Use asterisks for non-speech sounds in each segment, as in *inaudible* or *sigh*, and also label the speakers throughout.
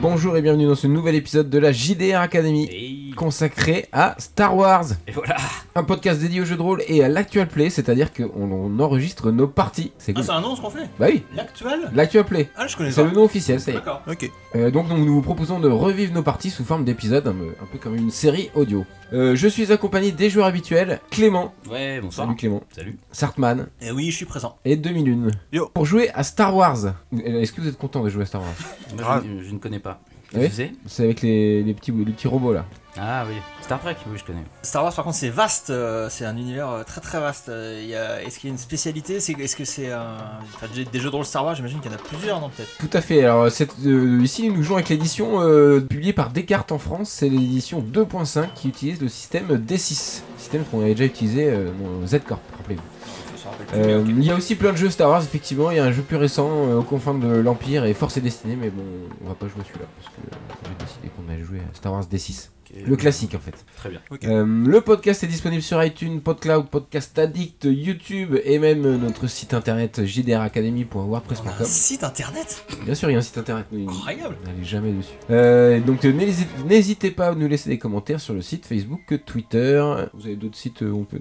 Speaker 1: bonjour et bienvenue dans ce nouvel épisode de la JDR Academy
Speaker 2: Et,
Speaker 1: consacré à Star Wars,
Speaker 2: et *laughs* voilà.
Speaker 1: un podcast dédié aux jeux de rôle et à l'actual play, c'est-à-dire qu'on on enregistre nos parties. C'est
Speaker 2: Ah,
Speaker 1: cool.
Speaker 2: c'est un nom ce qu'on fait
Speaker 1: bah oui,
Speaker 2: L'actuel
Speaker 1: l'actual play.
Speaker 2: Ah, je connais
Speaker 1: C'est
Speaker 2: ça.
Speaker 1: le nom officiel, ça y est.
Speaker 2: D'accord.
Speaker 3: Ok.
Speaker 1: Euh, donc nous, nous vous proposons de revivre nos parties sous forme d'épisodes, un, un peu comme une série audio. Euh, je suis accompagné des joueurs habituels, Clément,
Speaker 2: Ouais, bonsoir.
Speaker 1: salut Clément,
Speaker 2: Salut.
Speaker 1: Sartman
Speaker 4: Eh
Speaker 2: Et oui, je suis présent.
Speaker 1: et Demi-Lune.
Speaker 3: Yo.
Speaker 1: Pour jouer à Star Wars, euh, est-ce que vous êtes content de jouer à Star Wars
Speaker 2: Moi,
Speaker 3: Grave.
Speaker 2: je, je ne connais pas.
Speaker 1: Ah. Oui.
Speaker 2: Tu sais
Speaker 1: C'est avec les, les petits, les petits robots là.
Speaker 2: Ah oui. Star Trek, oui, je connais.
Speaker 4: Star Wars par contre c'est vaste, euh, c'est un univers euh, très très vaste. Euh, il y a- Est-ce qu'il y a une spécialité C'est- Est-ce que c'est un... enfin, des des jeux de rôle Star Wars j'imagine qu'il y en a plusieurs non peut-être
Speaker 1: Tout à fait. Alors cette, euh, ici, nous jouons avec l'édition euh, publiée par Descartes en France. C'est l'édition 2.5 qui utilise le système D6, système qu'on avait déjà utilisé euh, dans Z Corp. Rappelez-vous. Euh, Il y a aussi plein de jeux Star Wars. Effectivement, il y a un jeu plus récent euh, aux confins de l'Empire et Force et Destinée, mais bon, on va pas jouer à celui-là parce que euh, j'ai décidé qu'on allait jouer à Star Wars D6,
Speaker 2: Ok.
Speaker 1: le classique en fait.
Speaker 2: Très bien.
Speaker 3: Ok.
Speaker 1: Euh, le podcast est disponible sur iTunes, PodCloud, Podcast Addict, YouTube et même euh, notre site internet
Speaker 4: On a un
Speaker 1: jdracademy.wordpress.com.
Speaker 4: site internet
Speaker 1: Bien sûr, il y a un site internet. mais
Speaker 4: Incroyable
Speaker 1: N'allez jamais dessus. Euh, donc euh, n'hésite- n'hésitez pas à nous laisser des commentaires sur le site Facebook, que Twitter. Vous avez d'autres sites euh, où on peut.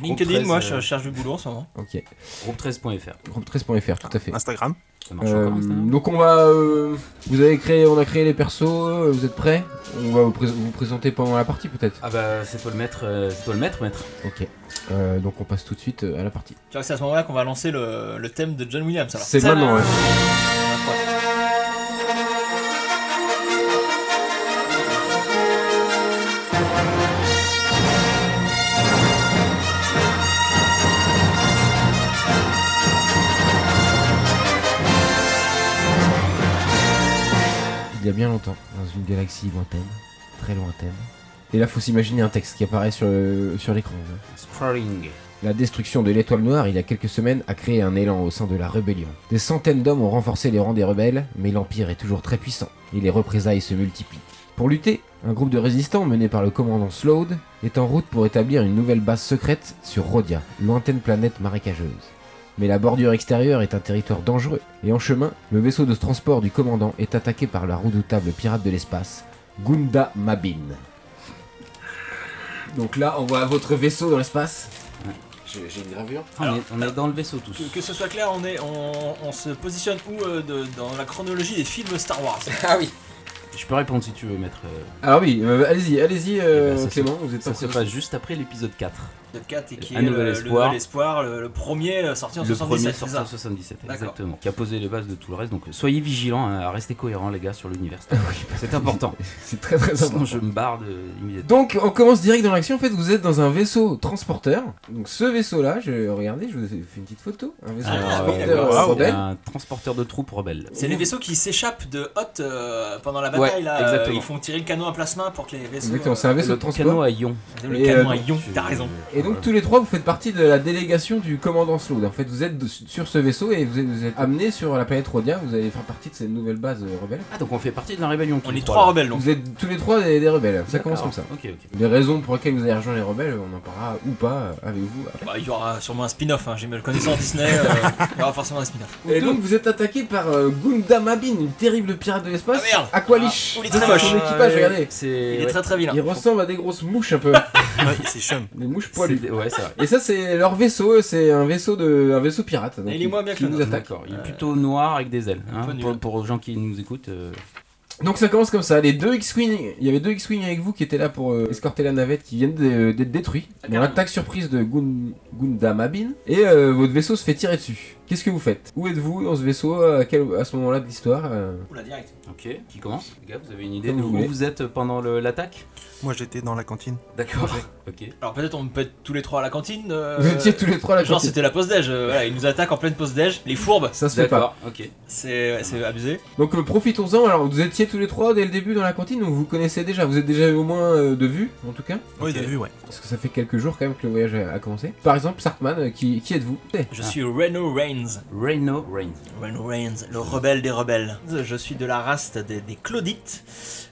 Speaker 4: LinkedIn
Speaker 2: 13,
Speaker 4: moi
Speaker 2: euh,
Speaker 4: je cherche du boulot en ce moment.
Speaker 1: *laughs* ok.
Speaker 2: Groupe13.fr.
Speaker 1: Groupe13.fr, tout à fait.
Speaker 3: Instagram.
Speaker 2: Ça marche
Speaker 1: Euh,
Speaker 2: encore hein, Instagram
Speaker 1: donc on va, euh, vous avez créé, on a créé les persos. euh, Vous êtes prêts On va vous, pré- vous présenter pendant la partie peut-être.
Speaker 2: Ah bah, c'est toi le maître, euh, c'est toi le maître, maître.
Speaker 1: Ok. Euh, donc on passe tout de suite euh, à la partie.
Speaker 4: Tu vois que c'est à ce moment là qu'on va lancer le, le thème de John Williams alors.
Speaker 1: C'est maintenant. ouais. il y a bien longtemps, dans une galaxie lointaine, très lointaine. Et là, faut s'imaginer un texte qui apparaît sur, le- sur l'écran. hein.
Speaker 2: Scrolling.
Speaker 1: La destruction de l'étoile noire, il y a quelques semaines, a créé un élan au sein de la rébellion. Des centaines d'hommes ont renforcé les rangs des rebelles, mais l'Empire est toujours très puissant, et les représailles se multiplient. Pour lutter, un groupe de résistants mené par le commandant Slode est en route pour établir une nouvelle base secrète sur Rhodia, lointaine planète marécageuse. Mais la bordure extérieure est un territoire dangereux, et en chemin, le vaisseau de transport du commandant est attaqué par la redoutable pirate de l'espace, Gunda Mabin. Donc là, on voit votre vaisseau dans l'espace.
Speaker 2: Ouais.
Speaker 1: J'ai j'ai une gravure.
Speaker 2: Ah,
Speaker 4: Alors,
Speaker 2: on, est, on est dans le vaisseau tous.
Speaker 4: Que, que ce soit clair on, est, on, on se positionne où euh, de- dans la chronologie des films Star Wars
Speaker 1: Ah oui.
Speaker 2: Je peux répondre si tu veux, maître. euh,
Speaker 1: Alors oui, euh, allez-y, allez-y, euh,
Speaker 2: Eh ben, ça
Speaker 1: Clément, vous êtes
Speaker 2: Ça
Speaker 1: pas
Speaker 2: se passe juste après l'épisode 4.
Speaker 4: de 4 et qui
Speaker 2: Un
Speaker 4: est le,
Speaker 2: nouvel
Speaker 4: le
Speaker 2: espoir.
Speaker 4: nouvel espoir, le, le premier euh, sorti en
Speaker 2: le
Speaker 4: 77
Speaker 2: premier
Speaker 4: c'est
Speaker 2: sorti
Speaker 4: ça
Speaker 2: en 77,
Speaker 4: D'accord.
Speaker 2: exactement. Qui a posé les bases de tout le reste. Donc soyez vigilants, hein, à rester cohérents les gars
Speaker 1: *laughs*
Speaker 2: sur l'univers. C'est important.
Speaker 1: C'est très très
Speaker 2: Sinon
Speaker 1: important.
Speaker 2: je me barre de... immédiatement.
Speaker 1: Donc on commence direct dans l'action. En fait, vous êtes dans un vaisseau transporteur. Donc ce vaisseau-là, je regardez, je vous ai fait une petite photo. Un vaisseau
Speaker 4: Ah,
Speaker 2: Alors,
Speaker 4: oui,
Speaker 2: euh,
Speaker 1: transporteur
Speaker 3: d'accord.
Speaker 1: euh,
Speaker 3: Waouh.
Speaker 2: c'est
Speaker 1: rebelle.
Speaker 2: un transporteur de troupes rebelle.
Speaker 4: C'est les vaisseaux qui s'échappent de Hoth euh, pendant la bataille
Speaker 2: Ouais,
Speaker 4: là. euh,
Speaker 2: exactement.
Speaker 4: ils font tirer le canon à plasma pour que les vaisseaux.
Speaker 1: Exactement,
Speaker 4: euh,
Speaker 1: c'est un vaisseau
Speaker 2: Le
Speaker 1: de transport.
Speaker 2: canot à ion.
Speaker 4: le
Speaker 1: Et,
Speaker 4: canon
Speaker 1: euh,
Speaker 4: à Ah, ion, t'as raison. Euh,
Speaker 1: Et donc tous les trois, vous faites partie de la délégation du commandant Sloud. En fait, vous êtes de- sur ce vaisseau et vous êtes, vous êtes amenés sur la planète Rodia. Vous allez faire partie de cette nouvelle base euh, rebelle.
Speaker 2: Ah donc on fait partie de la rébellion. tous
Speaker 4: On
Speaker 2: les
Speaker 4: est trois
Speaker 2: là.
Speaker 4: rebelles donc.
Speaker 1: Vous êtes tous les trois des, des rebelles. Ça commence comme ça.
Speaker 2: D'accord. Ok ok.
Speaker 1: Les raisons pour lesquelles vous avez rejoint les rebelles, on en parlera ou pas euh, avec vous. après.
Speaker 4: Bah, il y aura sûrement un spin-off, hein. j'ai le connaissant Disney, euh, il y aura forcément un spin-off.
Speaker 1: Et donc vous êtes attaqué par euh, Gundamabin, une terrible pirate de l'espace.
Speaker 4: Ah, merde.
Speaker 1: Aqualish.
Speaker 4: Ah, il est
Speaker 1: Ah,
Speaker 4: très moche.
Speaker 1: Son équipage,
Speaker 2: ouais,
Speaker 1: regardez.
Speaker 2: Euh, C'est.
Speaker 4: Il est
Speaker 2: ouais,
Speaker 4: très très vilain.
Speaker 1: Il ressemble à des grosses mouches
Speaker 4: *laughs*
Speaker 1: un peu.
Speaker 3: Ouais, c'est chum.
Speaker 1: des mouches
Speaker 2: c'est-
Speaker 1: poilues.
Speaker 2: Ouais c'est vrai.
Speaker 1: Et ça c'est leur vaisseau, c'est un vaisseau de un vaisseau pirate. donc,
Speaker 4: Et il est Euh, moins bien
Speaker 1: qui
Speaker 4: que le
Speaker 1: nous
Speaker 4: nôtre.
Speaker 1: attaque.
Speaker 2: D'accord. Il est plutôt noir avec des ailes. hein,
Speaker 4: peu nul.
Speaker 2: pour, pour les gens qui nous écoutent. euh,
Speaker 1: Donc ça commence comme ça. Les deux X-wing, il y avait deux X-wing avec vous qui étaient là pour euh, escorter la navette qui viennent de- d'être détruits
Speaker 4: Ah,
Speaker 1: dans l'attaque surprise de Gun- Gundamabin et euh, votre vaisseau se fait tirer dessus. Qu'est-ce que vous faites Où êtes-vous dans ce vaisseau à, quel- à ce moment-là de l'histoire euh,
Speaker 4: Oula, direct.
Speaker 2: Ok. Qui commence Les gars, vous avez une idée
Speaker 1: Comme
Speaker 2: de
Speaker 1: vous
Speaker 2: où
Speaker 1: voulez.
Speaker 2: vous êtes pendant le- l'attaque
Speaker 3: Moi j'étais dans la cantine.
Speaker 2: D'accord. Ok.
Speaker 4: Alors peut-être on peut être tous les trois à la cantine. euh,
Speaker 1: Vous étiez tous les trois à la
Speaker 4: Genre
Speaker 1: cantine.
Speaker 4: c'était la pause déj, euh, voilà, ils nous attaquent en pleine pause déj, les fourbes,
Speaker 1: Ça se fait pas.
Speaker 2: D'accord. Ok.
Speaker 4: c'est ouais, c'est abusé.
Speaker 1: Donc euh, profitons-en. Alors vous étiez tous les trois dès le début dans la cantine, donc vous connaissez déjà. Vous êtes déjà au moins euh, de vue en tout cas.
Speaker 3: Ouais, j'ai vu, ouais.
Speaker 2: Ah.
Speaker 1: Parce que ça fait quelques jours quand même que le voyage a, a commencé. Par exemple, Sartman, euh, qui, qui êtes-vous Eh,
Speaker 4: Je suis Reno Rain, Reigns.
Speaker 2: Reno Reigns.
Speaker 4: Reno Reigns, le rebelle des rebelles. Je suis de la race des, des Claudites.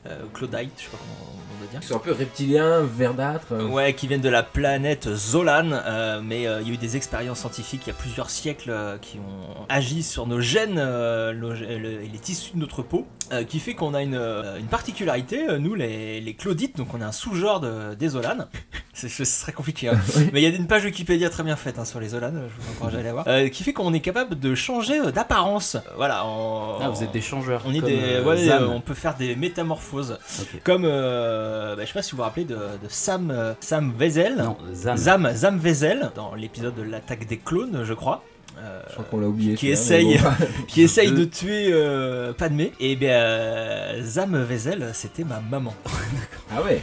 Speaker 4: Euh, Claudite, je sais pas comment on doit dire.
Speaker 1: Ils sont un peu reptiliens, verdâtres. euh,
Speaker 4: Ouais, qui viennent de la planète Zolan, euh, mais euh, il y a eu des expériences scientifiques il y a plusieurs siècles euh, qui ont agi sur nos gènes euh, nos- euh, le- et les tissus de notre peau, euh, qui fait qu'on a une, euh, une particularité, euh, nous les, les claudites, donc on a un sous-genre de- des Zolan. *laughs* C'est c'est très
Speaker 2: *laughs*
Speaker 4: compliqué, hein. mais il y a une page Wikipédia très bien faite hein, sur les Zolan, je vous encourage à aller la voir, euh, qui fait qu'on est capable de changer euh, d'apparence. Voilà, en-
Speaker 2: Ah, vous êtes des changeurs.
Speaker 4: Oh. on est
Speaker 2: comme,
Speaker 4: des,
Speaker 2: euh,
Speaker 4: ouais,
Speaker 2: Zan.
Speaker 4: euh, on peut faire des métamorphoses.
Speaker 2: Ok.
Speaker 4: Comme, euh, bah, je sais pas si vous vous rappelez de, de Sam, euh, Sam Wezel.
Speaker 2: Non, Zan.
Speaker 4: Zam, Zam Wezel, dans l'épisode de l'attaque des clones, je crois. euh,
Speaker 1: Je crois qu'on l'a oublié.
Speaker 4: qui
Speaker 1: celui-là, mais
Speaker 4: essaye.
Speaker 1: bon.
Speaker 4: qui essaye
Speaker 2: Deux.
Speaker 4: de tuer euh, Padmé. Et bien, euh, Zam Wezel, c'était ma maman. *laughs*
Speaker 1: Ah ouais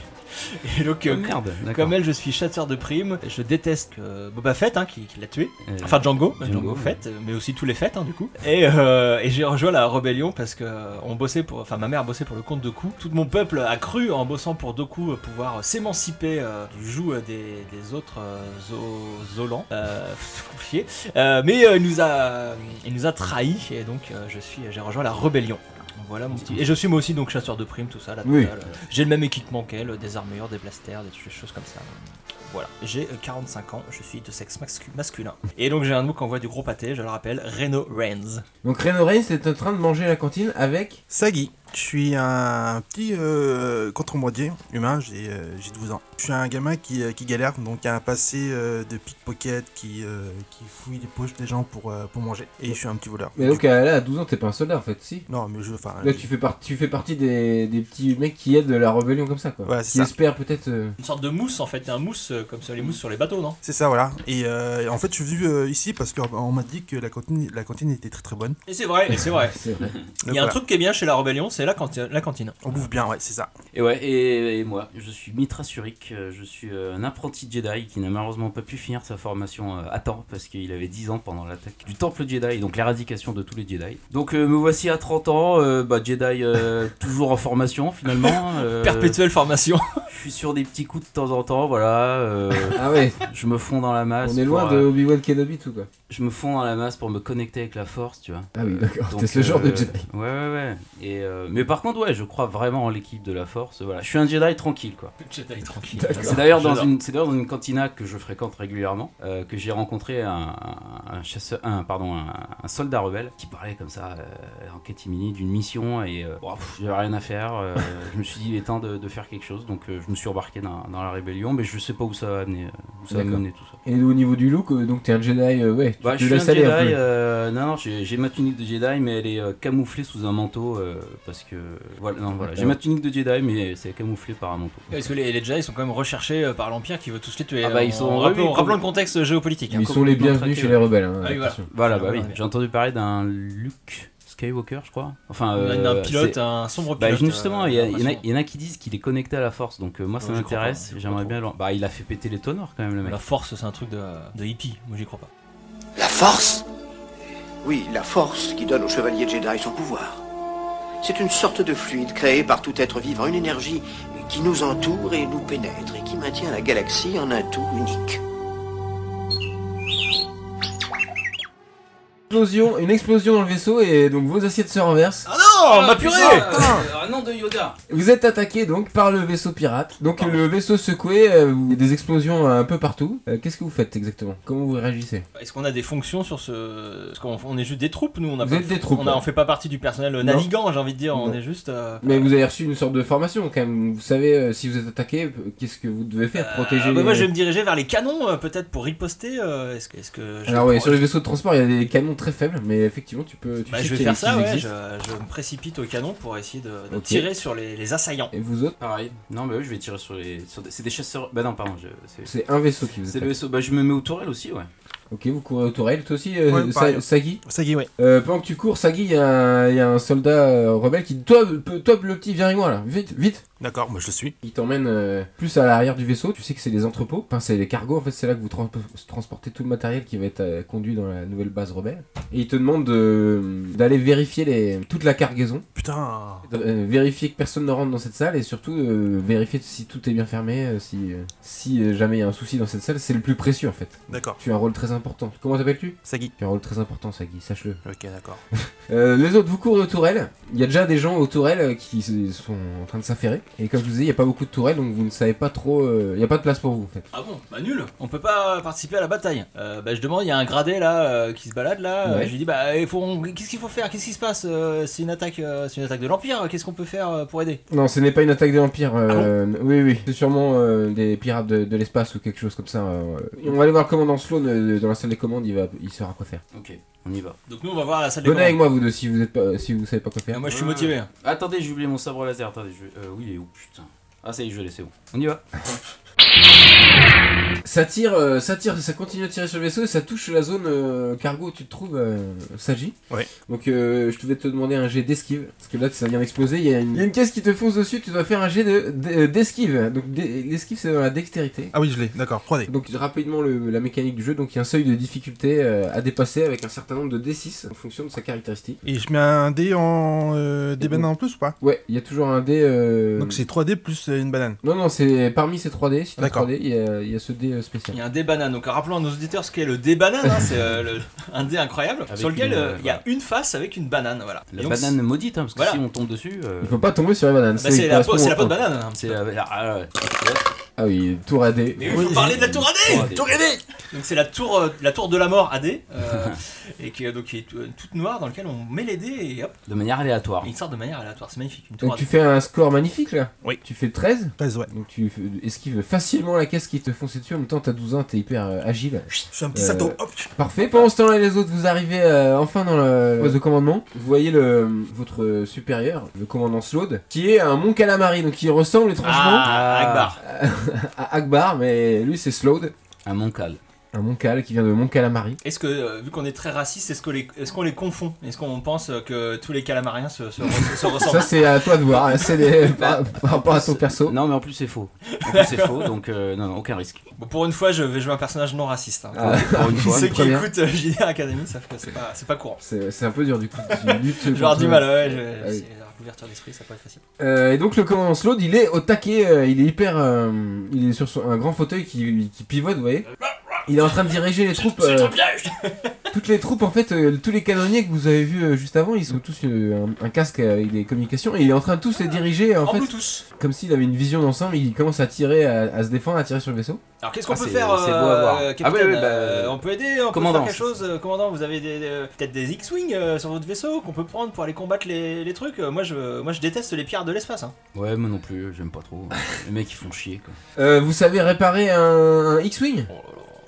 Speaker 4: Et donc,
Speaker 2: Oh,
Speaker 4: euh,
Speaker 2: merde. d'accord.
Speaker 4: comme elle, je suis chasseur de primes. Je déteste que Boba Fett, hein, qui, qui l'a tué.
Speaker 2: Euh,
Speaker 4: Enfin Django,
Speaker 2: Django,
Speaker 4: Django,
Speaker 2: ouais.
Speaker 4: Fett, mais aussi tous les fêtes hein, du coup. Et, euh, et j'ai rejoint la rébellion parce que euh, on bossait pour, enfin ma mère bossait pour le compte de Dooku. Tout mon peuple a cru en bossant pour Dooku euh, pouvoir s'émanciper euh, du joug euh, des, des autres euh, Zo- Zolans. Euh, *laughs* c'est compliqué. Euh, mais euh, il nous a, il nous a trahi et donc euh, je suis, j'ai rejoint la rébellion. Voilà mon petit. Et je suis moi aussi donc chasseur de primes, tout ça. La
Speaker 1: Oui.
Speaker 4: totale. Euh, J'ai le même équipement qu'elle, euh, des armures, des blasters, des des choses comme ça. Voilà, j'ai euh, 45 ans, je suis de sexe mascu- masculin. Et donc j'ai un look en voie du gros pâté, je le rappelle, Reno Reigns.
Speaker 1: Donc Reno Reigns est en train de manger à la cantine avec.
Speaker 3: Sagi. Je suis un petit euh, contrebandier humain, j'ai euh, j'ai 12 ans. Je suis un gamin qui, euh, qui galère, donc a un passé euh, de pickpocket qui, euh, qui fouille les poches des gens pour, euh, pour manger. Et je suis un petit voleur.
Speaker 1: Mais donc euh, là, à 12 ans, t'es pas un soldat en fait, si
Speaker 3: Non, mais je. Enfin,
Speaker 1: Là,
Speaker 3: je-
Speaker 1: tu fais, par- tu fais partie des... des petits mecs qui aident la rébellion comme ça, quoi.
Speaker 3: Ouais, c'est
Speaker 1: qui
Speaker 3: ça.
Speaker 1: espèrent peut-être. euh,
Speaker 4: Une sorte de mousse en fait, un mousse euh, comme sur les mousses sur les bateaux, non
Speaker 3: C'est ça, voilà. Et euh, en fait, je suis venu euh, ici parce qu'on m'a dit que la cantine, la cantine était très très bonne.
Speaker 4: Et c'est vrai, et
Speaker 1: *laughs*
Speaker 4: c'est vrai.
Speaker 1: C'est vrai.
Speaker 4: Il y a un
Speaker 3: voilà.
Speaker 4: truc qui est bien chez la rébellion, c'est la, canti- la cantine.
Speaker 3: On bouffe bien, ouais, c'est ça.
Speaker 2: Et ouais, et, et moi, je suis Mitra Surik, euh, je suis euh, un apprenti Jedi qui n'a malheureusement pas pu finir sa formation euh, à temps parce qu'il avait 10 ans pendant l'attaque du temple Jedi, donc l'éradication de tous les Jedi. Donc euh, me voici à 30 ans, euh, bah, Jedi euh, *laughs* toujours en formation finalement. euh,
Speaker 4: Perpétuelle formation.
Speaker 2: Je suis sur des petits coups de temps en temps, voilà. euh,
Speaker 1: Ah ouais,
Speaker 2: je me fonds dans la masse.
Speaker 1: on est loin
Speaker 2: pour,
Speaker 1: de
Speaker 2: euh,
Speaker 1: Obi-Wan Kenobi, tout quoi.
Speaker 2: je me fonds dans la masse pour me connecter avec la Force, tu vois.
Speaker 1: Ah oui, d'accord.
Speaker 2: Donc,
Speaker 1: T'es ce genre de
Speaker 2: euh,
Speaker 1: Jedi.
Speaker 2: Ouais, ouais, ouais. Et, euh, mais par contre, ouais, je crois vraiment en l'équipe de la Force. Voilà, je suis un Jedi tranquille, quoi.
Speaker 4: Jedi tranquille.
Speaker 2: C'est d'ailleurs dans
Speaker 4: J'adore.
Speaker 2: une, c'est d'ailleurs dans une cantina que je fréquente régulièrement, euh, que j'ai rencontré un, un chasseur, un, pardon, un, un soldat rebelle qui parlait comme ça euh, en catimini d'une mission et euh, oh, pff, j'avais rien à
Speaker 1: *laughs*
Speaker 2: faire. euh, je me suis dit il est temps de, de faire quelque chose, donc euh, je me suis embarqué dans, dans la rébellion, mais je sais pas où ça va amener, euh, où ça va
Speaker 1: D'accord.
Speaker 2: mener tout ça.
Speaker 1: Et au niveau du look, euh, donc t'es un Jedi, euh, ouais. tu
Speaker 2: Bah,
Speaker 1: te
Speaker 2: je suis un
Speaker 1: laisses aller
Speaker 2: Jedi.
Speaker 1: un peu.
Speaker 2: euh, non, non, j'ai j'ai ma tunique de Jedi, mais elle est euh, camouflée sous un manteau euh, parce que voilà, non, voilà, j'ai ma tunique de Jedi, mais c'est camouflé par un manteau.
Speaker 4: Parce que les, les Jedi ils sont quand même recherchés euh, par l'Empire qui veut tous les tuer.
Speaker 2: Ah bah, ils
Speaker 4: En
Speaker 2: sont-
Speaker 4: rappelant,
Speaker 2: oui, oui,
Speaker 4: rappelant le
Speaker 2: oui.
Speaker 4: contexte géopolitique. hein.
Speaker 1: Ils sont les
Speaker 2: complètement
Speaker 1: bienvenus
Speaker 2: traqué,
Speaker 1: chez
Speaker 2: ouais.
Speaker 1: les rebelles. hein,
Speaker 4: Ah oui, voilà.
Speaker 1: attention.
Speaker 2: Voilà, bah
Speaker 4: Ah,
Speaker 2: oui.
Speaker 4: ouais.
Speaker 2: J'ai entendu parler d'un Luke Skywalker, je crois. Enfin,
Speaker 4: On a
Speaker 2: euh,
Speaker 4: un pilote,
Speaker 2: c'est-
Speaker 4: un sombre
Speaker 2: Bah,
Speaker 4: pilote.
Speaker 2: justement,
Speaker 4: euh,
Speaker 2: il y, a-
Speaker 4: façon.
Speaker 2: il y en a- il y en a qui disent qu'il est connecté à la force, donc euh, moi ça
Speaker 4: Non, j'y crois pas,
Speaker 2: m'intéresse.
Speaker 4: j'y crois
Speaker 2: J'aimerais
Speaker 4: pas
Speaker 2: bien. le- Bah, il a fait péter les tonors quand même, le mec.
Speaker 4: La force, c'est un truc de, de hippie. Moi, j'y crois pas.
Speaker 5: La force Oui, la force qui donne au chevalier Jedi son pouvoir. C'est une sorte de fluide créé par tout être vivant, une énergie qui nous entoure et nous pénètre et qui maintient la galaxie en un tout unique.
Speaker 1: Explosion, une explosion dans le vaisseau et donc vos assiettes se renversent.
Speaker 4: Ah non,
Speaker 2: Oh,
Speaker 4: ma purée
Speaker 2: Un nom de Yoda
Speaker 1: Vous êtes attaqué donc par le vaisseau pirate. Donc le vaisseau secoué, euh, vous- il y a des explosions euh, un peu partout. Euh, Qu'est-ce que vous faites exactement Comment vous réagissez
Speaker 4: Est-ce qu'on a des fonctions sur ce. Parce qu'on on est juste des troupes, nous. On a
Speaker 1: Vous
Speaker 4: pas-
Speaker 1: êtes des troupes,
Speaker 4: On, a-
Speaker 1: ouais.
Speaker 4: on fait pas partie du personnel navigant, j'ai envie de dire. On
Speaker 1: Non.
Speaker 4: est juste. euh,
Speaker 1: Mais vous avez reçu une sorte de formation quand même. Vous savez euh, si vous êtes attaqué, euh, qu'est-ce que vous devez faire Protéger.
Speaker 4: euh, bah,
Speaker 1: les-
Speaker 4: Moi, je vais me diriger vers les canons, euh, peut-être, pour riposter. euh, Est-ce que, est-ce que je.
Speaker 1: Alors ouais,
Speaker 4: prends-
Speaker 1: sur les vaisseaux de transport, il y a des canons très faibles, mais effectivement, tu peux. Tu
Speaker 4: Bah,
Speaker 1: sais
Speaker 4: je vais
Speaker 1: qu'il y a
Speaker 4: faire
Speaker 1: des-
Speaker 4: ça,
Speaker 1: qu'ils
Speaker 4: ouais. Je,
Speaker 1: existent.
Speaker 4: je me précipite au canon pour essayer de, de
Speaker 1: Ok.
Speaker 4: tirer sur les, les assaillants.
Speaker 1: Et vous autres,
Speaker 2: Pareil. Non, bah oui, je vais tirer sur les. sur des- C'est des chasseurs. Bah non, pardon. je- c'est-
Speaker 1: c'est un vaisseau qui vous
Speaker 2: C'est
Speaker 1: attaque.
Speaker 2: le vaisseau. Bah, je me mets aux tourelles aussi, ouais.
Speaker 1: Ok, vous courez autour d'elle. Toi aussi, euh,
Speaker 3: Ouais,
Speaker 1: Sa-
Speaker 3: pareil.
Speaker 1: Sagi.
Speaker 3: Sagi, ouais.
Speaker 1: Euh, pendant que tu cours, Sagi, il y, a un- il y a un soldat euh, rebelle qui dit toi, pe- toi, le petit, viens avec moi là, vite, vite.
Speaker 3: D'accord, moi je le suis.
Speaker 1: Il t'emmène euh, plus à l'arrière du vaisseau. Tu sais que c'est les entrepôts, enfin c'est les cargos. En fait, c'est là que vous trans- transportez tout le matériel qui va être euh, conduit dans la nouvelle base rebelle. Et il te demande de- d'aller vérifier les, toute la cargaison,
Speaker 3: Putain.
Speaker 1: de- euh, vérifier que personne ne rentre dans cette salle et surtout euh, vérifier si tout est bien fermé, euh, si euh, si euh, jamais il y a un souci dans cette salle, c'est le plus précieux en fait.
Speaker 3: D'accord.
Speaker 1: Tu as un rôle très important. Comment t'appelles-tu
Speaker 3: Sagi.
Speaker 1: Tu as un rôle très important, Sagi, sache-le.
Speaker 3: Ok, d'accord.
Speaker 1: Euh, les autres, vous courez aux tourelles. Il y a déjà des gens aux tourelles euh, qui se- sont en train de s'affairer. Et comme je vous disais, il n'y a pas beaucoup de tourelles, donc vous ne savez pas trop. euh, Il n'y a pas de place pour vous. en fait.
Speaker 4: Ah bon Bah nul On peut pas participer à la bataille. Euh, bah je demande, il y a un gradé là euh, qui se balade là. euh,
Speaker 1: Ouais.
Speaker 4: je lui dis bah il faut, on- qu'est-ce qu'il faut faire Qu'est-ce qui se passe Euh, C'est une attaque, euh, c'est une attaque de l'Empire. Qu'est-ce qu'on peut faire euh, pour aider
Speaker 1: Non, ce n'est pas une attaque de l'Empire. euh, oui, oui. C'est sûrement euh, des pirates de, de l'espace ou quelque chose comme ça. euh, ouais. On va aller voir le commandant Sloan euh, dans la salle des commandes, il, va, il saura quoi faire.
Speaker 2: Ok, on y va.
Speaker 4: Donc nous on va voir la salle de
Speaker 1: Venez avec moi, vous deux, si vous êtes pas, si vous savez pas quoi faire.
Speaker 4: Ah, Moi je suis motivé.
Speaker 2: Attendez, j'ai oublié mon sabre laser. Attendez, je... euh, oui, il est où Putain. Ah, ça y est, je l'ai, c'est bon. On y va.
Speaker 1: Ça tire, euh, ça tire, ça continue à tirer sur le vaisseau et ça touche la zone euh, cargo où tu te trouves, euh, Saji.
Speaker 3: Ouais.
Speaker 1: Donc euh, je devais te demander un jet d'esquive, parce que là ça vient d'exploser, il y, a une- il y a une caisse qui te fonce dessus, tu dois faire un jet de- de- d'esquive. Donc d'e- l'esquive c'est dans la dextérité.
Speaker 3: Ah oui, je l'ai, d'accord, 3D.
Speaker 1: Donc rapidement le- la mécanique du jeu, donc il y a un seuil de difficulté euh, à dépasser avec un certain nombre de D6 en fonction de sa caractéristique.
Speaker 3: Et je mets un dé en. Euh, des
Speaker 1: Et
Speaker 3: bananes en plus ou pas
Speaker 1: Ouais, il y a toujours un dé... euh,
Speaker 3: Donc c'est 3D plus euh, une banane.
Speaker 1: Non, non, c'est parmi ces 3D, si t'as
Speaker 3: D'accord.
Speaker 1: 3D, il y, a- il y a ce dé euh, spécial.
Speaker 4: Il y a un dé banane, donc rappelons à nos auditeurs ce qu'est le dé banane, hein, c'est euh, le- un dé incroyable,
Speaker 2: Avec
Speaker 4: sur lequel
Speaker 2: une,
Speaker 4: euh,
Speaker 2: euh,
Speaker 4: il y a
Speaker 2: voilà.
Speaker 4: une face avec une banane, voilà.
Speaker 2: La
Speaker 4: Et donc,
Speaker 2: banane maudite, hein, parce que
Speaker 4: Voilà.
Speaker 2: si on tombe dessus. euh,
Speaker 4: *laughs*
Speaker 1: Il faut pas tomber sur les bananes.
Speaker 4: bah, c'est la, peau- c'est la peau de
Speaker 1: banane.
Speaker 4: banane. hein.
Speaker 2: C'est la. la- ah, ouais.
Speaker 1: Ah oui, tour à dé.
Speaker 4: Mais il faut parler de la tour
Speaker 2: Tour
Speaker 4: AD
Speaker 2: AD.
Speaker 4: Tour AD Donc c'est la tour, euh, la tour de la mort
Speaker 2: *laughs*
Speaker 4: AD, euh, et qui, est donc, qui est tout- toute noire, dans laquelle on met les dés et hop,
Speaker 2: De manière aléatoire.
Speaker 4: et ils sortent de manière aléatoire, c'est magnifique, une tour
Speaker 1: Donc
Speaker 4: AD.
Speaker 1: tu fais un score magnifique là
Speaker 3: Oui.
Speaker 1: Tu fais 13
Speaker 3: 13, ouais.
Speaker 1: donc tu f- esquives facilement la caisse qui te fonce dessus, en même temps t'as 12 ans, t'es hyper euh, agile.
Speaker 3: Je suis un
Speaker 1: Euh,
Speaker 3: petit sato, hop
Speaker 1: Parfait, pendant ce temps-là les autres, vous arrivez euh, enfin dans le le poste de commandement. Vous voyez le, votre euh, supérieur, le commandant Slaude, qui est un mont calamari, donc il ressemble étrangement
Speaker 4: Ah,
Speaker 2: Ah.
Speaker 4: Akbar
Speaker 1: à Akbar, mais lui c'est Slaude,
Speaker 2: Un moncal.
Speaker 1: un mont cal qui vient de mont calamari.
Speaker 4: Est-ce que, euh, vu qu'on est très raciste, est-ce qu'on les, est qu'on les confond Est-ce qu'on pense euh, que tous les calamariens se, se
Speaker 2: *laughs*
Speaker 4: re- se ressemblent
Speaker 1: Ça c'est à toi de voir,
Speaker 4: *laughs*
Speaker 1: hein, c'est des- par, par rapport à son perso.
Speaker 2: Non, mais en plus, c'est faux. En plus, c'est faux, *laughs* donc euh, non, non, aucun risque.
Speaker 4: Bon, Pour une fois, je vais jouer un personnage non raciste. hein.
Speaker 1: Ah,
Speaker 2: Pour une fois.
Speaker 4: Ceux qui
Speaker 1: première.
Speaker 4: écoutent euh, JDR Academy savent que c'est pas, c'est pas courant.
Speaker 1: C'est c'est un peu dur du
Speaker 4: *laughs*
Speaker 1: coup, tu luttes
Speaker 4: Je vais avoir
Speaker 1: contre-
Speaker 4: du mal, ouais, je-
Speaker 1: Ah oui.
Speaker 4: c'est la couverture d'esprit, ça peut être facile.
Speaker 1: Euh, et donc le commandant Slode, il est au taquet, euh, il est hyper, euh, il est sur son- un grand fauteuil qui, qui pivote, vous voyez. Il est en train de diriger les troupes, euh, *laughs* toutes les troupes en fait, euh, tous les canonniers que vous avez vus euh, juste avant, ils sont tous euh, un, un casque avec des communications et il est en train de tous les diriger en
Speaker 4: En
Speaker 1: fait,
Speaker 4: Bluetooth
Speaker 1: comme s'il avait une vision d'ensemble, il commence à tirer, à, à se défendre, à tirer sur le vaisseau.
Speaker 4: Alors qu'est-ce qu'on
Speaker 2: Ah,
Speaker 4: peut
Speaker 2: c'est-
Speaker 4: faire
Speaker 2: c'est beau à
Speaker 4: euh,
Speaker 2: voir.
Speaker 4: capitaine
Speaker 2: Ah oui, oui, bah,
Speaker 4: Euh, On peut aider, on peut
Speaker 2: commandant.
Speaker 4: faire quelque chose euh, Commandant, vous avez des- des- peut-être des X-Wing euh, sur votre vaisseau qu'on peut prendre pour aller combattre les, les trucs Euh, moi je, moi je déteste les pierres de l'espace. hein.
Speaker 2: Ouais, moi non plus, j'aime pas trop. Les mecs, ils font chier, quoi.
Speaker 1: Euh, vous savez réparer un, un X-wing
Speaker 4: Oh,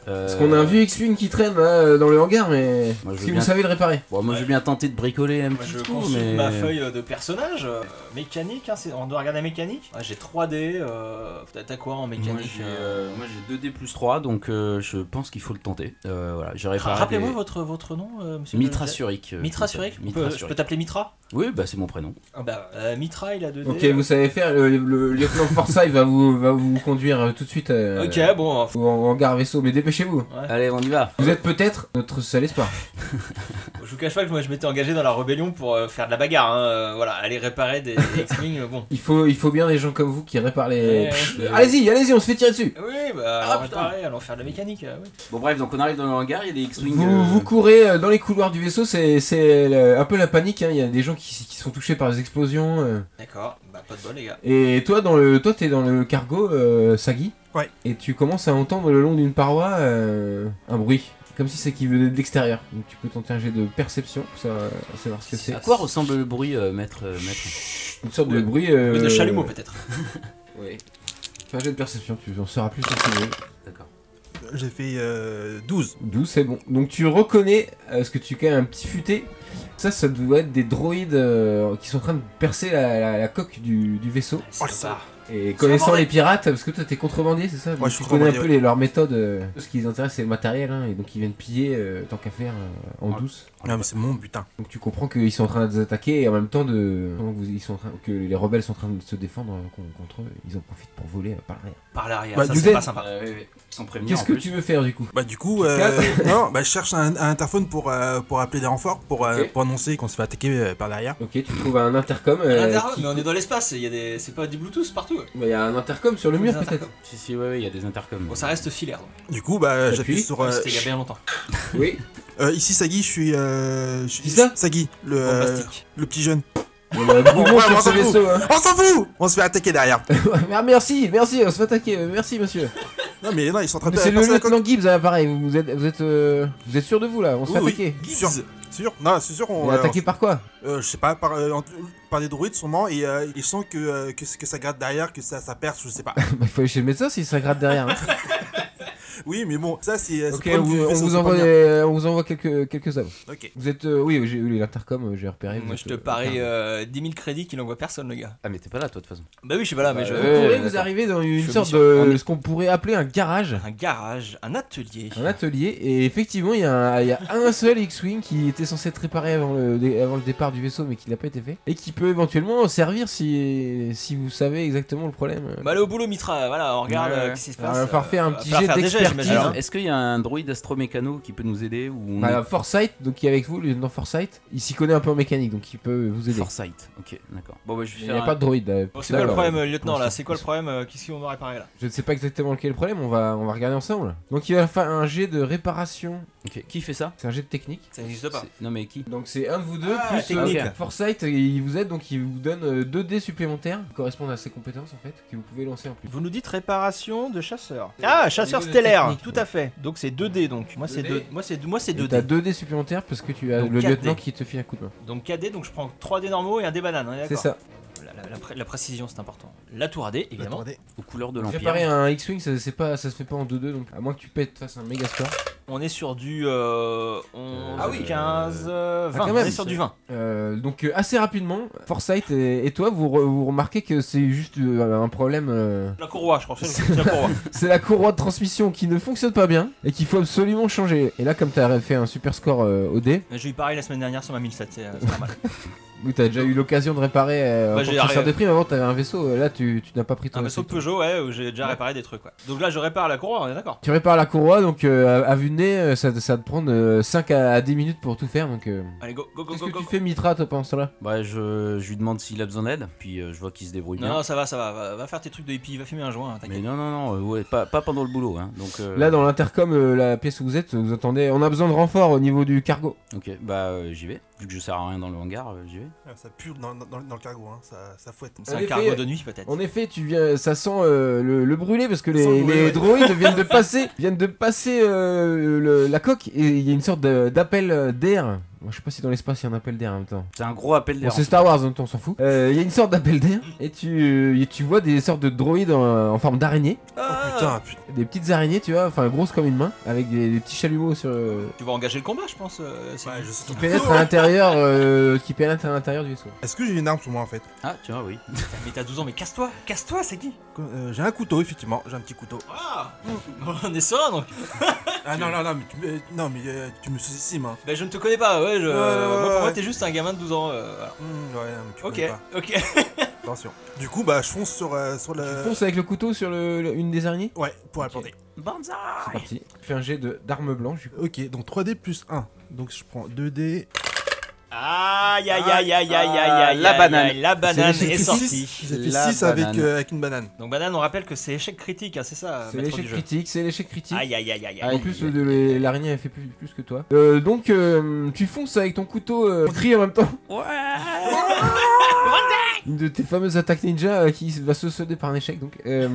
Speaker 2: Euh,
Speaker 1: Parce qu'on a un vieux X-wing qui traîne là, euh, dans le hangar, mais
Speaker 2: Moi, je
Speaker 1: est-ce
Speaker 2: veux
Speaker 1: que vous
Speaker 2: bien.
Speaker 1: savez le réparer
Speaker 2: Bon, moi, j'ai bien tenté de bricoler un
Speaker 4: Moi
Speaker 2: petit
Speaker 4: je
Speaker 2: coup,
Speaker 4: consulte
Speaker 2: mais.
Speaker 4: ma feuille euh, de personnage. euh, mécanique, hein, c'est- on doit regarder mécanique. Ah, j'ai 3D, euh, t'as- t'as quoi en
Speaker 2: Moi
Speaker 4: mécanique
Speaker 2: j'ai,
Speaker 4: euh,
Speaker 2: euh, moi, j'ai 2D plus 3, donc euh, je pense qu'il faut le tenter. Euh, voilà, j'ai réparé
Speaker 4: Rappelez-moi
Speaker 2: des-
Speaker 4: votre, votre nom, euh, monsieur
Speaker 2: Mitra
Speaker 4: le-
Speaker 2: Surik. euh,
Speaker 4: Mitra
Speaker 2: je m'appelle.
Speaker 4: Surik On peut-
Speaker 2: Mitra
Speaker 4: Je
Speaker 2: Surik.
Speaker 4: peux t'appeler Mitra
Speaker 2: Oui, bah c'est mon prénom.
Speaker 4: Ah bah, euh, Mitra il a 2D.
Speaker 1: Ok, vous savez faire, euh, le, le lieutenant Forsyth va vous, va vous conduire euh, tout de suite euh,
Speaker 4: Ok, bon.
Speaker 1: au en hangar vaisseau, mais dépêchez-vous.
Speaker 4: Ah.
Speaker 2: Allez, on y va.
Speaker 1: Vous êtes peut-être notre seul espoir.
Speaker 4: Je vous cache pas que moi je m'étais engagé dans la rébellion pour euh, faire de la bagarre, hein, euh, voilà, aller réparer des
Speaker 2: *laughs*
Speaker 4: des X-Wing, euh, bon.
Speaker 1: Il faut, il faut bien des gens comme vous qui réparent les... euh,
Speaker 4: Ouais, ouais.
Speaker 1: Allez-y, allez-y, on se fait tirer dessus
Speaker 4: Oui, bah,
Speaker 2: Ah,
Speaker 4: alors,
Speaker 2: putain.
Speaker 4: réparer, allons faire de la mécanique. euh, oui.
Speaker 2: Bon, bref, donc on arrive dans le hangar, il y a des X-Wing.
Speaker 1: vous,
Speaker 2: euh,
Speaker 1: vous courez euh, dans les couloirs du vaisseau, c'est c'est le- un peu la panique, hein, il y a des gens qui, qui sont touchés par les explosions. euh.
Speaker 4: D'accord, bah pas de bol, les gars.
Speaker 1: Et toi, dans le, toi, t'es dans le cargo, euh, Sagi.
Speaker 3: Ouais.
Speaker 1: Et tu commences à entendre le long d'une paroi euh, un bruit, comme si c'est qui venait de l'extérieur. Donc tu peux tenter un jet de perception pour savoir, savoir ce que c'est.
Speaker 2: à quoi ressemble le bruit, euh, maître, euh, maître
Speaker 1: Une sorte de
Speaker 4: Ouais.
Speaker 1: bruit. euh,
Speaker 4: Plus de chalumeau peut-être.
Speaker 1: Ouais. Fais un jet de perception, tu en sauras plus sur ce bruit.
Speaker 2: D'accord.
Speaker 3: J'ai fait euh, 12.
Speaker 1: 12, c'est bon. Donc tu reconnais, euh, parce que tu es quand même un petit futé, ça, ça doit être des droïdes euh, qui sont en train de percer la, la- la coque du, du vaisseau.
Speaker 4: C'est
Speaker 3: Oh, le
Speaker 4: sympa.
Speaker 1: Et
Speaker 4: un
Speaker 1: connaissant
Speaker 4: bordel.
Speaker 1: les pirates, parce que toi t'es contrebandier, c'est ça Donc,
Speaker 3: je suis
Speaker 1: Tu connais un
Speaker 3: contrebandier,
Speaker 1: peu les- leurs méthodes. euh, ce qui les intéresse, c'est le matériel, hein, et donc ils viennent piller euh, tant qu'à faire euh, en
Speaker 2: Ah.
Speaker 1: douce.
Speaker 3: Non, mais c'est mon butin.
Speaker 1: Donc tu comprends qu'ils sont en train de les attaquer et en même temps de pendant que vous- ils sont en train- que les rebelles sont en train de se défendre euh, con- contre eux, ils en profitent pour voler euh, par l'arrière.
Speaker 4: Par l'arrière,
Speaker 1: Bah,
Speaker 4: ça
Speaker 1: vous
Speaker 4: c'est
Speaker 1: êtes-
Speaker 4: pas sympa.
Speaker 2: Euh, oui, oui, Sans prévenir.
Speaker 1: Qu'est-ce
Speaker 2: en
Speaker 1: que
Speaker 2: plus.
Speaker 1: tu veux faire du coup
Speaker 3: Bah, du coup,
Speaker 1: Tu
Speaker 3: euh,
Speaker 1: cadres
Speaker 3: non, bah, je cherche un, un interphone pour, euh, pour appeler des renforts, pour, euh,
Speaker 1: Ok.
Speaker 3: pour annoncer qu'on se fait attaquer euh, par derrière.
Speaker 1: Ok, tu trouves un intercom.
Speaker 4: À
Speaker 1: euh,
Speaker 4: l'intérieur,
Speaker 1: qui- Bah,
Speaker 4: mais on est dans l'espace, il y a des... c'est pas du Bluetooth partout partout. ouais.
Speaker 1: Il y a un intercom sur le
Speaker 4: Des
Speaker 1: mur peut-être
Speaker 4: intercoms.
Speaker 2: Si, si, ouais, ouais, il y a des intercoms.
Speaker 4: Bon, ça reste filaire. donc.
Speaker 3: Du coup, bah,
Speaker 1: T'appuies
Speaker 3: j'appuie sur. euh,
Speaker 4: C'était il y a Ah, bien longtemps.
Speaker 1: Oui.
Speaker 3: euh, ici, Sagi, je suis. euh, je suis-
Speaker 1: Qui ça
Speaker 3: Sagi, le,
Speaker 4: En
Speaker 3: euh,
Speaker 4: plastique.
Speaker 3: le petit jeune.
Speaker 1: On a beaucoup de monde
Speaker 3: Ouais,
Speaker 1: sur
Speaker 3: on
Speaker 1: ce
Speaker 3: s'en fout.
Speaker 1: vaisseau,
Speaker 3: *laughs*
Speaker 1: hein.
Speaker 3: On s'en fout On se fait attaquer derrière.
Speaker 1: Ah, Merci, merci, on se fait attaquer. euh, Merci, monsieur.
Speaker 3: non, mais non, ils sont en train de
Speaker 1: Mais C'est le
Speaker 3: passer la coque.
Speaker 1: lieutenant Gibbs à l'appareil. Vous êtes, vous êtes, euh, vous êtes sûr de vous là On se fait
Speaker 3: Oui, oui.
Speaker 1: attaquer.
Speaker 3: Sûr, sûr, non, c'est sûr, on.
Speaker 1: Mais
Speaker 3: euh,
Speaker 1: attaquer par quoi
Speaker 3: euh, je sais pas, par, euh, en- par des droïdes sûrement, et euh, ils sentent que, euh, que, que ça gratte derrière, que ça, ça perce, je sais pas. *laughs*
Speaker 1: Bah, Il faut aller chez le médecin s'il se gratte derrière. hein.
Speaker 3: oui, mais bon, ça c'est. euh,
Speaker 1: *laughs*
Speaker 3: c'est
Speaker 1: ok,
Speaker 3: le
Speaker 1: on,
Speaker 3: problème du
Speaker 1: vous- on
Speaker 3: vaisseau,
Speaker 1: vous
Speaker 3: c'est pas
Speaker 1: envoie,
Speaker 3: bien.
Speaker 1: des- on vous envoie quelques, quelques avos.
Speaker 3: Ok.
Speaker 1: Vous êtes, euh, oui, j'ai eu l'intercom, euh, j'ai repéré. vous
Speaker 4: Moi,
Speaker 1: êtes,
Speaker 4: je te
Speaker 1: euh,
Speaker 4: parie
Speaker 1: carrément.
Speaker 4: euh, 10 000 crédits qu'il envoie personne, le gars.
Speaker 2: Ah, mais t'es pas là, toi, de toute façon.
Speaker 4: Bah oui, je suis pas là, mais je.
Speaker 1: Vous
Speaker 2: Euh,
Speaker 1: pourrez
Speaker 2: d'accord.
Speaker 1: vous arriver dans
Speaker 4: Je
Speaker 1: une
Speaker 4: suis
Speaker 1: sorte
Speaker 4: sur-
Speaker 1: de
Speaker 4: on est-
Speaker 1: ce qu'on pourrait appeler un garage.
Speaker 4: Un garage, un atelier.
Speaker 1: Un atelier, et effectivement, il y, a un- il y a un seul X-Wing qui était censé être réparé avant le, dé- avant le départ du vaisseau, mais qui n'a pas été fait, et qui peut éventuellement servir si, si vous savez exactement le problème.
Speaker 4: Bah, allez au boulot, Mitra, voilà, on regarde
Speaker 2: Ouais, ouais.
Speaker 4: euh, qu'est-ce qui se
Speaker 1: Alors,
Speaker 4: passe.
Speaker 1: il va falloir
Speaker 4: euh,
Speaker 1: faire un
Speaker 4: va
Speaker 1: petit
Speaker 4: falloir
Speaker 1: jet
Speaker 4: faire des jets,
Speaker 1: d'expertise,
Speaker 4: j'imagine,
Speaker 1: hein.
Speaker 4: hein.
Speaker 2: Alors, est-ce qu'il y a un droïde astromécano qui peut nous aider ou on
Speaker 1: Voilà, Forsyth, donc qui est avec vous, le lieutenant Forsyth, il s'y connaît un peu en mécanique, donc il peut vous
Speaker 2: est...
Speaker 1: aider.
Speaker 2: Foresight Ok, d'accord. Bon, bah, je vais
Speaker 1: Il
Speaker 2: faire
Speaker 1: n'y a
Speaker 2: un-
Speaker 1: pas de droïde. là.
Speaker 4: Bon, c'est quoi le
Speaker 1: hein. D'accord.
Speaker 4: problème, euh, lieutenant
Speaker 1: Pour
Speaker 4: là
Speaker 1: ça.
Speaker 4: C'est quoi le problème euh, Qu'est-ce qu'on va réparer là
Speaker 1: Je ne sais pas exactement lequel est le problème, on va, on va regarder ensemble. Donc il va faire un jet de réparation,
Speaker 2: Ok, Qui fait ça
Speaker 1: c'est un jet de technique.
Speaker 4: Ça n'existe pas.
Speaker 2: C'est- Non, mais qui
Speaker 1: Donc c'est un de vous deux
Speaker 4: Ah,
Speaker 1: plus
Speaker 4: technique.
Speaker 1: euh, Foresight, il vous aide donc il vous donne euh, deux dés supplémentaires qui correspondent à ses compétences en fait que vous pouvez lancer en plus.
Speaker 4: Vous nous dites réparation de chasseur.
Speaker 1: C'est-
Speaker 4: Ah,
Speaker 1: au
Speaker 4: chasseur
Speaker 1: niveau de
Speaker 4: stellaire.
Speaker 1: technique.
Speaker 4: Tout à fait. Donc c'est 2D donc. Moi c'est
Speaker 1: 2D.
Speaker 4: 2 Moi c'est moi c'est
Speaker 1: Et T'as
Speaker 4: 2D.
Speaker 1: deux dés supplémentaires parce que tu as
Speaker 4: Donc
Speaker 1: le
Speaker 4: quatre
Speaker 1: lieutenant
Speaker 4: dés.
Speaker 1: qui te file un coup de main.
Speaker 4: Donc 4D donc je prends 3D normaux et un D banane, on est
Speaker 1: C'est
Speaker 4: d'accord.
Speaker 1: ça.
Speaker 4: La, la- la pré- la précision c'est important. La tour à D évidemment.
Speaker 3: Attendez.
Speaker 2: Aux couleurs de l'Empire.
Speaker 1: Préparer un X-Wing, ça, c'est pas- ça se fait pas en 2-2 donc à moins que tu pètes face à un méga score.
Speaker 4: On est sur du euh, 11
Speaker 2: Ah oui.
Speaker 4: 15 euh, 20.
Speaker 1: quand
Speaker 4: on
Speaker 1: même,
Speaker 4: est sur du 20.
Speaker 1: Euh, donc euh, assez rapidement, Forsyth et, et toi vous, re- vous remarquez que c'est juste euh, un problème. euh,
Speaker 4: La courroie, je crois. C'est c'est la *laughs* courroie.
Speaker 1: C'est la courroie de transmission qui ne fonctionne pas bien et qu'il faut absolument changer. Et là, comme t'as fait un super score euh, au dé,
Speaker 4: J'ai eu pareil la semaine dernière sur ma 1007, c'est euh, c'est normal.
Speaker 1: où t'as déjà eu l'occasion de réparer euh,
Speaker 4: Bah,
Speaker 1: en tant
Speaker 4: j'ai
Speaker 1: que chasseur
Speaker 4: arrêté.
Speaker 1: de prime, avant t'avais un vaisseau, euh, là tu, tu n'as pas pris ton
Speaker 4: Un vaisseau
Speaker 1: vaisseau.
Speaker 4: Peugeot, ouais, où j'ai déjà réparé des trucs. ouais. Donc là, je répare la courroie, on est d'accord.
Speaker 1: Tu répares la courroie, donc euh, à à vue de nez, euh, ça, ça va te prendre 5 à, à 10 minutes pour tout faire. Donc, euh,
Speaker 4: Allez, go, go, go,
Speaker 1: qu'est-ce
Speaker 4: go,
Speaker 1: que
Speaker 4: go.
Speaker 1: tu fais, Mitra, toi, pendant ce temps-là
Speaker 2: Bah, je, je lui demande s'il a besoin d'aide, puis euh, je vois qu'il se débrouille
Speaker 4: Non,
Speaker 2: bien.
Speaker 4: non, ça va, ça va, va. va faire tes trucs de hippie, va fumer un joint, hein,
Speaker 2: mais
Speaker 4: t'inquiète.
Speaker 2: non, non, non, euh, ouais, pas, pas pendant le boulot. Hein. Donc, euh,
Speaker 1: Là, dans l'intercom, euh, la pièce où vous êtes, vous entendez, on a besoin de renfort au niveau du cargo.
Speaker 2: Ok, bah, euh, j'y vais. Vu que je sers à rien dans le hangar, euh, j'y vais.
Speaker 3: Ah, Ça pue dans, dans- dans le cargo, hein, ça, ça fouette.
Speaker 4: C'est
Speaker 1: En
Speaker 4: un
Speaker 1: effet,
Speaker 4: cargo de nuit, peut-être.
Speaker 1: En effet, tu viens, ça sent euh, le, le brûlé parce que
Speaker 3: Ça sent
Speaker 1: les,
Speaker 3: le brûlé,
Speaker 1: les
Speaker 3: ouais.
Speaker 1: droïdes
Speaker 3: *laughs*
Speaker 1: viennent de passer, viennent de passer euh, le- la coque et il y a une sorte de- d'appel euh, d'air. Moi, je sais pas si dans l'espace il y a un appel d'air en même temps.
Speaker 2: C'est un gros appel
Speaker 1: Bon,
Speaker 2: d'air.
Speaker 1: c'est Star Wars, donc on s'en fout. Euh, Il y a une sorte d'appel d'air et tu, et tu vois des sortes de droïdes en, en forme d'araignée,
Speaker 3: Oh
Speaker 4: Ah
Speaker 3: putain, putain.
Speaker 1: des petites araignées, tu vois, enfin grosses comme une main, avec des, des petits chalumeaux sur. euh,
Speaker 4: Tu vas engager le combat, je pense. euh, c'est-
Speaker 3: Ouais, je sais
Speaker 1: qui pénètrent à l'intérieur, euh, qui pénètrent à l'intérieur du vaisseau.
Speaker 3: Est-ce que j'ai une arme sur moi en fait
Speaker 2: Ah, tiens, oui.
Speaker 4: Mais t'as 12 ans, mais casse-toi, casse-toi, c'est qui
Speaker 3: Euh, J'ai un couteau, effectivement, j'ai un petit couteau.
Speaker 4: *laughs* Ah On est serein donc.
Speaker 3: Ah non, non, non, mais tu, me- non, mais, euh, tu me sous-estimes. Hein.
Speaker 4: Bah, je ne te connais pas, ouais, je.
Speaker 3: Ouais, ouais,
Speaker 4: moi, pour moi,
Speaker 3: ouais.
Speaker 4: t'es juste un gamin de 12 ans. euh, voilà.
Speaker 3: Hmm, ouais, non, mais tu
Speaker 4: Ok,
Speaker 3: connais pas.
Speaker 4: ok.
Speaker 3: Attention. Du coup, bah, je fonce sur, euh, sur
Speaker 1: Tu
Speaker 3: le.
Speaker 1: fonces avec le couteau sur le- le- une des araignées
Speaker 3: Ouais, pour
Speaker 1: Ok.
Speaker 3: apporter.
Speaker 1: C'est parti. Fais un jet de- d'arme blanche, du coup.
Speaker 3: Ok, donc 3D plus 1. Donc je prends 2D.
Speaker 4: Aïe, aïe, aïe, aïe, aïe, aïe,
Speaker 2: Ah,
Speaker 4: aïe,
Speaker 2: la
Speaker 4: aïe,
Speaker 2: banane.
Speaker 4: aïe, La banane
Speaker 3: J'ai fait
Speaker 4: est
Speaker 3: six-
Speaker 4: sortie.
Speaker 3: J'ai fait
Speaker 2: La
Speaker 3: 6 avec,
Speaker 2: banane.
Speaker 3: euh, avec une banane.
Speaker 4: Donc, banane, on rappelle que c'est échec critique, hein, c'est
Speaker 3: Euh,
Speaker 4: ça,
Speaker 1: C'est
Speaker 4: maître
Speaker 1: l'échec
Speaker 4: du jeu.
Speaker 1: critique, c'est l'échec critique.
Speaker 4: Aïe, aïe, aïe, Ah aïe,
Speaker 1: En
Speaker 4: aïe.
Speaker 1: plus, de les- l'araignée elle fait plus, plus que toi. Euh, donc, euh, tu fonces avec ton couteau, euh, crie en même temps. *laughs* Une de tes fameuses attaques ninja euh, qui va se solder par un échec. Donc,
Speaker 3: *laughs*
Speaker 1: euh,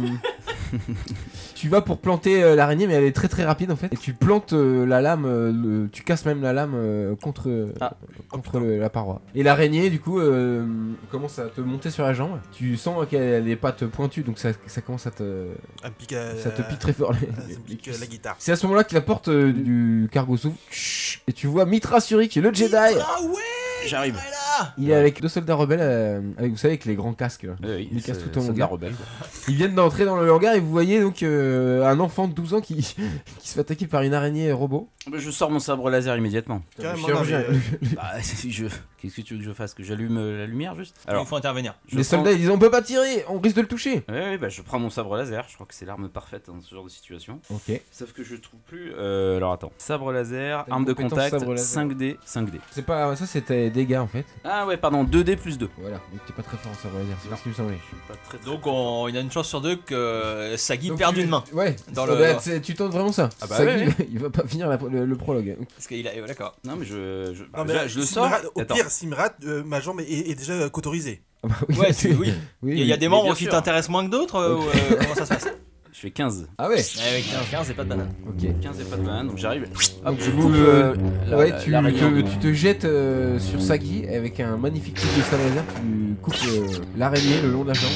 Speaker 1: tu vas pour planter euh, l'araignée, mais elle est très très rapide en fait. Et tu plantes euh, la lame, euh, le- tu casses même la lame euh, contre, euh,
Speaker 2: Ah.
Speaker 1: contre le- la paroi. Et l'araignée, du coup, euh, commence à te monter sur la jambe. Tu sens qu'elle a les pattes pointues, donc ça, ça commence à te,
Speaker 3: Elle me pique, euh,
Speaker 1: ça te pique très fort. les-
Speaker 3: Ça me pique euh, la guitare.
Speaker 1: c'est à ce moment-là que la porte euh, du cargo s'ouvre. Chut. Et tu vois Mitra Suri qui est le Jedi.
Speaker 4: Ah ouais,
Speaker 2: J'arrive.
Speaker 4: elle est là
Speaker 1: Il est avec deux soldats rebelles, euh, avec, vous savez, avec les grands casques. là.
Speaker 2: Euh, oui,
Speaker 1: Il casse
Speaker 2: c'est-
Speaker 1: tout ton
Speaker 2: c'est de la
Speaker 1: hangar.
Speaker 2: rebelle. quoi.
Speaker 1: Ils viennent *laughs* d'entrer dans le hangar et vous voyez donc euh, un enfant de 12 ans qui, qui se fait attaquer par une araignée robot.
Speaker 2: Bah, Je sors mon sabre laser immédiatement. *laughs*
Speaker 3: Carrément,
Speaker 1: Le chirurgien.
Speaker 3: non, mais, euh,
Speaker 2: Bah, *laughs* je... Qu'est-ce que tu veux que je fasse Que j'allume euh, la lumière juste
Speaker 4: Alors,
Speaker 2: Alors,
Speaker 4: il faut intervenir.
Speaker 2: je
Speaker 1: les
Speaker 2: prends-
Speaker 1: soldats ils disent on peut pas tirer, on risque de le toucher.
Speaker 2: Ouais, ouais, bah, je prends mon sabre laser. Je crois que c'est l'arme parfaite dans ce genre de situation.
Speaker 1: Ok.
Speaker 2: Sauf que je trouve plus. euh, Alors attends. Sabre laser,
Speaker 1: T'as une
Speaker 2: arme de
Speaker 1: compétence
Speaker 2: contact,
Speaker 1: sabre laser.
Speaker 2: 5D, 5D.
Speaker 1: C'est pas ça, c'était dégâts en fait.
Speaker 2: Ah ouais, pardon, 2D plus 2.
Speaker 1: Voilà, donc t'es pas très fort en sabre laser, c'est
Speaker 2: Non.
Speaker 1: ce qui me semblait.
Speaker 2: Pas très, très
Speaker 4: Donc, on- il a une chance sur deux que euh, Sagi
Speaker 1: Donc,
Speaker 4: perde
Speaker 1: tu-
Speaker 4: une main.
Speaker 1: Ouais,
Speaker 4: Dans
Speaker 1: dans
Speaker 4: le-
Speaker 1: tu tentes vraiment ça.
Speaker 2: Ah bah
Speaker 1: Ça,
Speaker 2: ouais,
Speaker 1: il- *laughs* il va pas finir la- le, le prologue.
Speaker 4: Parce qu'il a.
Speaker 1: *laughs*
Speaker 4: euh, D'accord.
Speaker 2: Non mais je, je, bah,
Speaker 3: non, mais
Speaker 2: déjà, je le
Speaker 3: s'il
Speaker 2: sors.
Speaker 3: me rate- Au
Speaker 2: Attends.
Speaker 3: pire, s'il me rate, euh, ma jambe est, est déjà euh, cotorisée.
Speaker 1: Ah bah oui, *laughs*
Speaker 4: Ouais, c'est- oui.
Speaker 1: oui,
Speaker 4: Il y a- il y a
Speaker 1: oui.
Speaker 4: des
Speaker 2: Mais
Speaker 4: membres
Speaker 2: bien
Speaker 4: qui
Speaker 2: sûr.
Speaker 4: t'intéressent moins que d'autres euh, ou, euh, Comment ça
Speaker 1: *laughs*
Speaker 4: se passe
Speaker 2: je fais 15.
Speaker 1: Ah ouais.
Speaker 4: Avec 15, c'est pas de banane.
Speaker 1: Ok.
Speaker 2: 15 et pas de banane, donc j'arrive. Hop,
Speaker 1: Donc,
Speaker 2: je
Speaker 1: tu
Speaker 2: coupe
Speaker 1: coupes,
Speaker 2: euh, la-
Speaker 1: ouais,
Speaker 2: la-
Speaker 1: tu,
Speaker 2: la rayon.
Speaker 1: te, tu te jettes euh, sur Saki avec un magnifique coup de sabre laser. Tu coupes euh, l'araignée le long de la jambe.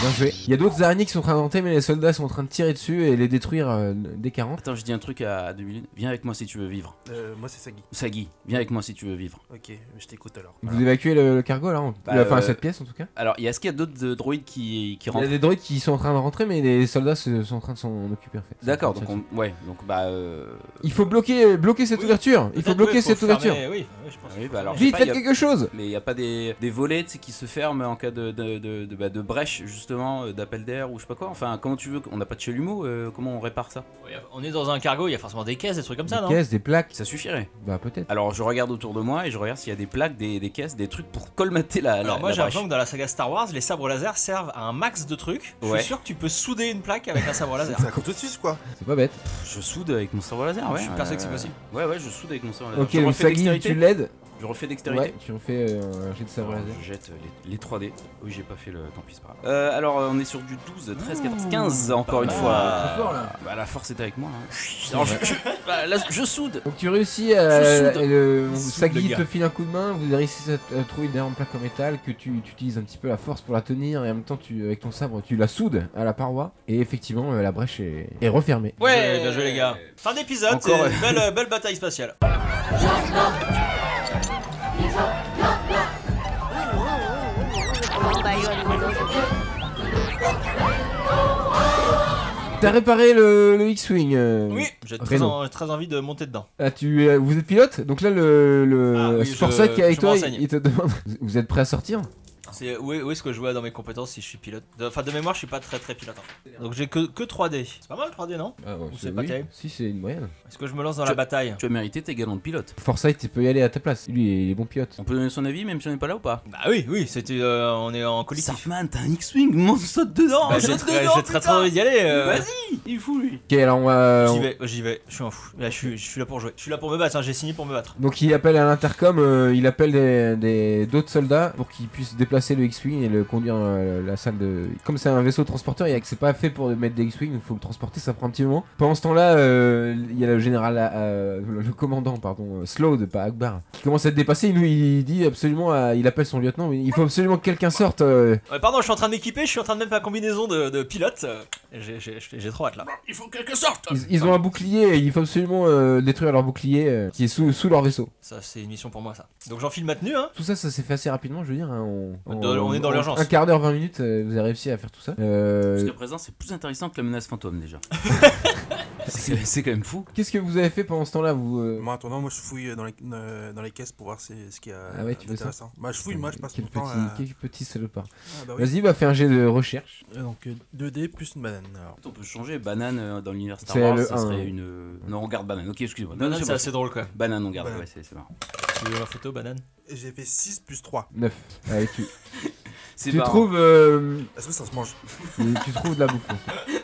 Speaker 1: Bien joué. Il y a d'autres araignées qui sont en train de monter, mais les soldats sont en train de tirer dessus et les détruire euh, dès 40.
Speaker 2: Attends, je dis un truc à 2000. Viens avec moi si tu veux vivre.
Speaker 3: Euh, moi, c'est Sagi.
Speaker 2: Sagi, viens avec moi si tu veux vivre.
Speaker 3: Ok, je t'écoute alors.
Speaker 1: Vous évacuez le, le cargo là en-
Speaker 2: Bah,
Speaker 1: Enfin,
Speaker 2: euh,
Speaker 1: cette pièce en tout cas.
Speaker 2: Alors, il y a- est-ce qu'il y a d'autres euh, droïdes qui, qui
Speaker 1: Il y a
Speaker 2: rentrent
Speaker 1: des droïdes qui sont en train de rentrer, mais les soldats se- sont en train de s'en occuper en fait.
Speaker 2: D'accord,
Speaker 1: C'est-
Speaker 2: donc on... ouais, donc bah. euh,
Speaker 1: Il faut bloquer, bloquer cette
Speaker 4: Oui,
Speaker 1: ouverture. Il faut
Speaker 4: Peut-être,
Speaker 1: bloquer
Speaker 4: ouais,
Speaker 1: cette
Speaker 4: fermer-
Speaker 1: ouverture.
Speaker 4: Oui, oui, je pense.
Speaker 2: Oui, bah alors. je sais
Speaker 1: Vite,
Speaker 2: pas,
Speaker 1: faites
Speaker 2: il y a-
Speaker 1: quelque chose.
Speaker 2: Mais il n'y a pas des, des volets tu sais, qui se ferment en cas de, de, de, de- bah, de brèche, justement, euh, d'appel d'air ou je sais pas quoi. Enfin, comment tu veux qu'on- On n'a pas de chalumeau, euh, comment on répare ça
Speaker 4: Ouais, On est dans un cargo, il y a forcément des caisses, des trucs comme ça,
Speaker 1: des
Speaker 4: non
Speaker 1: caisses, des plaques.
Speaker 2: Ça suffirait.
Speaker 1: Bah peut-être.
Speaker 2: Alors, je regarde autour de moi et je regarde s'il y a des plaques, des, des caisses, des trucs pour colmater la.
Speaker 4: Alors
Speaker 2: la- la
Speaker 4: moi j'ai
Speaker 2: brèche.
Speaker 4: l'impression que dans la saga Star Wars, les sabres laser servent à un max de trucs. Je
Speaker 2: Ouais.
Speaker 4: suis sûr que tu peux souder une plaque avec un sabre
Speaker 2: *laughs*
Speaker 4: laser.
Speaker 3: Ça compte tout de suite, quoi.
Speaker 1: C'est pas bête.
Speaker 2: Je soude avec mon cerveau laser, Ah ouais. Euh,
Speaker 4: Je suis persuadé que c'est possible.
Speaker 2: Ouais, ouais, je soude avec mon cerveau laser.
Speaker 1: Ok,
Speaker 2: Euh, je
Speaker 1: donc
Speaker 2: refais
Speaker 1: Sagi,
Speaker 2: dextérité.
Speaker 1: tu l'aides.
Speaker 2: Je refais dextérité.
Speaker 1: Ouais, tu refais euh, un jet de sabre
Speaker 2: Alors,
Speaker 1: laser.
Speaker 2: je jette les, les 3D. Oui, j'ai pas fait le. Tant pis, c'est pas grave. Euh, alors, euh, on est sur du 12, 13, 14, 15 encore une
Speaker 4: mal.
Speaker 2: fois.
Speaker 1: Très fort, là.
Speaker 2: Bah, la force est avec moi. hein. Alors, je, je- bah, là, je soude.
Speaker 1: Donc tu réussis à.
Speaker 2: Je soude.
Speaker 1: et le-
Speaker 4: Je soude,
Speaker 1: Sagi
Speaker 4: le gars.
Speaker 1: te file un coup de main, vous réussissez à, à trouver une arme plaque en métal, que tu, tu utilises un petit peu la force pour la tenir, et en même temps, tu, avec ton sabre, tu la soudes à la paroi, et effectivement, euh, la brèche est, est refermée.
Speaker 4: Ouais, bien joué les gars. Fin d'épisode, c'est
Speaker 2: Encore,
Speaker 4: une belle, euh, belle bataille spatiale.
Speaker 1: T'as réparé le, le X-Wing euh,
Speaker 4: Oui, j'ai très,
Speaker 1: Renaud.
Speaker 4: en- très envie de monter dedans.
Speaker 1: Ah, tu, euh, vous êtes pilote Donc là, le, le
Speaker 4: Ah oui, je-
Speaker 1: Forsyth qui est avec
Speaker 4: je
Speaker 1: toi,
Speaker 4: me renseigne.
Speaker 1: il, il te demande *laughs* Vous êtes prêt à sortir
Speaker 4: C'est où est, où est-ce que je vois dans mes compétences si je suis pilote De- Enfin de mémoire, je suis pas très très pilote. hein. Donc j'ai que, que 3D. C'est pas mal 3D non
Speaker 1: Ah,
Speaker 4: Ou c'est c'est- pas oui. terrible
Speaker 1: Si, c'est une moyenne.
Speaker 4: Est-ce que je me lance dans la
Speaker 2: Je-
Speaker 4: bataille
Speaker 2: *laughs* Tu as mérité tes galons de pilote.
Speaker 1: Forsyth, il peut y aller à ta place. Lui, il est bon pilote.
Speaker 2: On peut donner son avis, même si on n'est pas là ou pas
Speaker 4: Bah oui, oui, c'était euh, on est en collectif.
Speaker 2: Sarfman, t'as un X-Wing, on saute dedans
Speaker 4: Bah,
Speaker 2: on
Speaker 4: j'ai
Speaker 2: saute
Speaker 4: très,
Speaker 2: dedans,
Speaker 4: j'ai très, très
Speaker 2: putain.
Speaker 4: envie d'y aller. euh.
Speaker 2: Vas-y Il est fou, lui
Speaker 1: Ok, alors on va.
Speaker 4: J'y
Speaker 1: Euh, on-
Speaker 4: vais, j'y vais, je suis un fou. Là, je suis, je suis là pour jouer. Je suis là pour me battre, hein, j'ai signé pour me battre.
Speaker 1: Donc il appelle à l'intercom, euh, il appelle des- des- d'autres soldats pour qu'ils puissent déplacer le X-Wing et le conduire euh, la salle de... Comme c'est un vaisseau transporteur, il y a que c'est pas fait pour mettre des X-Wing, il faut le transporter, ça prend un petit moment. Pendant ce temps-là, euh, il y a le général, euh, le- le commandant, pardon, euh, Slode, pas Akbar, qui commence à être dépassé, il, nous- il dit absolument, à- il appelle son lieutenant, mais il faut absolument que quelqu'un sorte. euh.
Speaker 4: Ouais, pardon, je suis en train de m'équiper, je suis en train de mettre ma combinaison de, de pilote. euh, J'ai j'ai- j'ai- j'ai trop hâte là.
Speaker 2: Il faut quelque sorte
Speaker 1: Ils, ils ont un bouclier, et il faut absolument euh, détruire leur bouclier euh, qui est sous, sous leur vaisseau.
Speaker 4: Ça, c'est une mission pour moi, ça. Donc j'enfile ma tenue, hein.
Speaker 1: Tout ça, ça s'est fait assez rapidement, je veux dire. hein, on,
Speaker 4: Dans- on est dans
Speaker 1: en
Speaker 4: l'urgence.
Speaker 1: Un quart d'heure, 20 minutes, euh, vous avez réussi à faire tout ça. Euh,
Speaker 2: Jusqu'à présent, c'est plus intéressant que la menace fantôme *laughs* déjà. c'est c'est quand même fou.
Speaker 1: Qu'est-ce que vous avez fait pendant ce temps-là vous euh,
Speaker 3: Moi, en attendant, moi, je fouille dans les, euh, dans les caisses pour voir si- ce qu'il y a
Speaker 1: Ah ouais, tu veux ça
Speaker 3: d'intéressant. Bah, je fouille, moi, je passe
Speaker 1: quel
Speaker 3: mon temps
Speaker 1: petit,
Speaker 3: à...
Speaker 1: Quel petit salopard.
Speaker 3: Ah, bah oui.
Speaker 1: Vas-y, va faire un jet de recherche.
Speaker 3: Euh, Donc, euh, 2D plus une banane, alors.
Speaker 2: On peut changer banane euh, dans l'univers Star
Speaker 1: C'est
Speaker 2: Wars,
Speaker 1: le
Speaker 2: ça
Speaker 1: un.
Speaker 2: serait une. euh, Non, on garde banane, ok, excusez-moi. Non, non, c'est
Speaker 4: c'est
Speaker 2: bon.
Speaker 4: assez drôle quand même.
Speaker 2: Banane, on garde,
Speaker 3: Banane.
Speaker 2: ouais, c'est c'est marrant.
Speaker 4: Tu veux ma photo, banane
Speaker 3: Et J'ai fait 6 plus 3.
Speaker 1: 9. Allez,
Speaker 4: *laughs*
Speaker 1: tu,
Speaker 2: C'est
Speaker 1: tu
Speaker 2: marrant.
Speaker 1: trouves, euh,
Speaker 3: Est-ce que ça se mange
Speaker 1: tu trouves de la bouffe. en fait.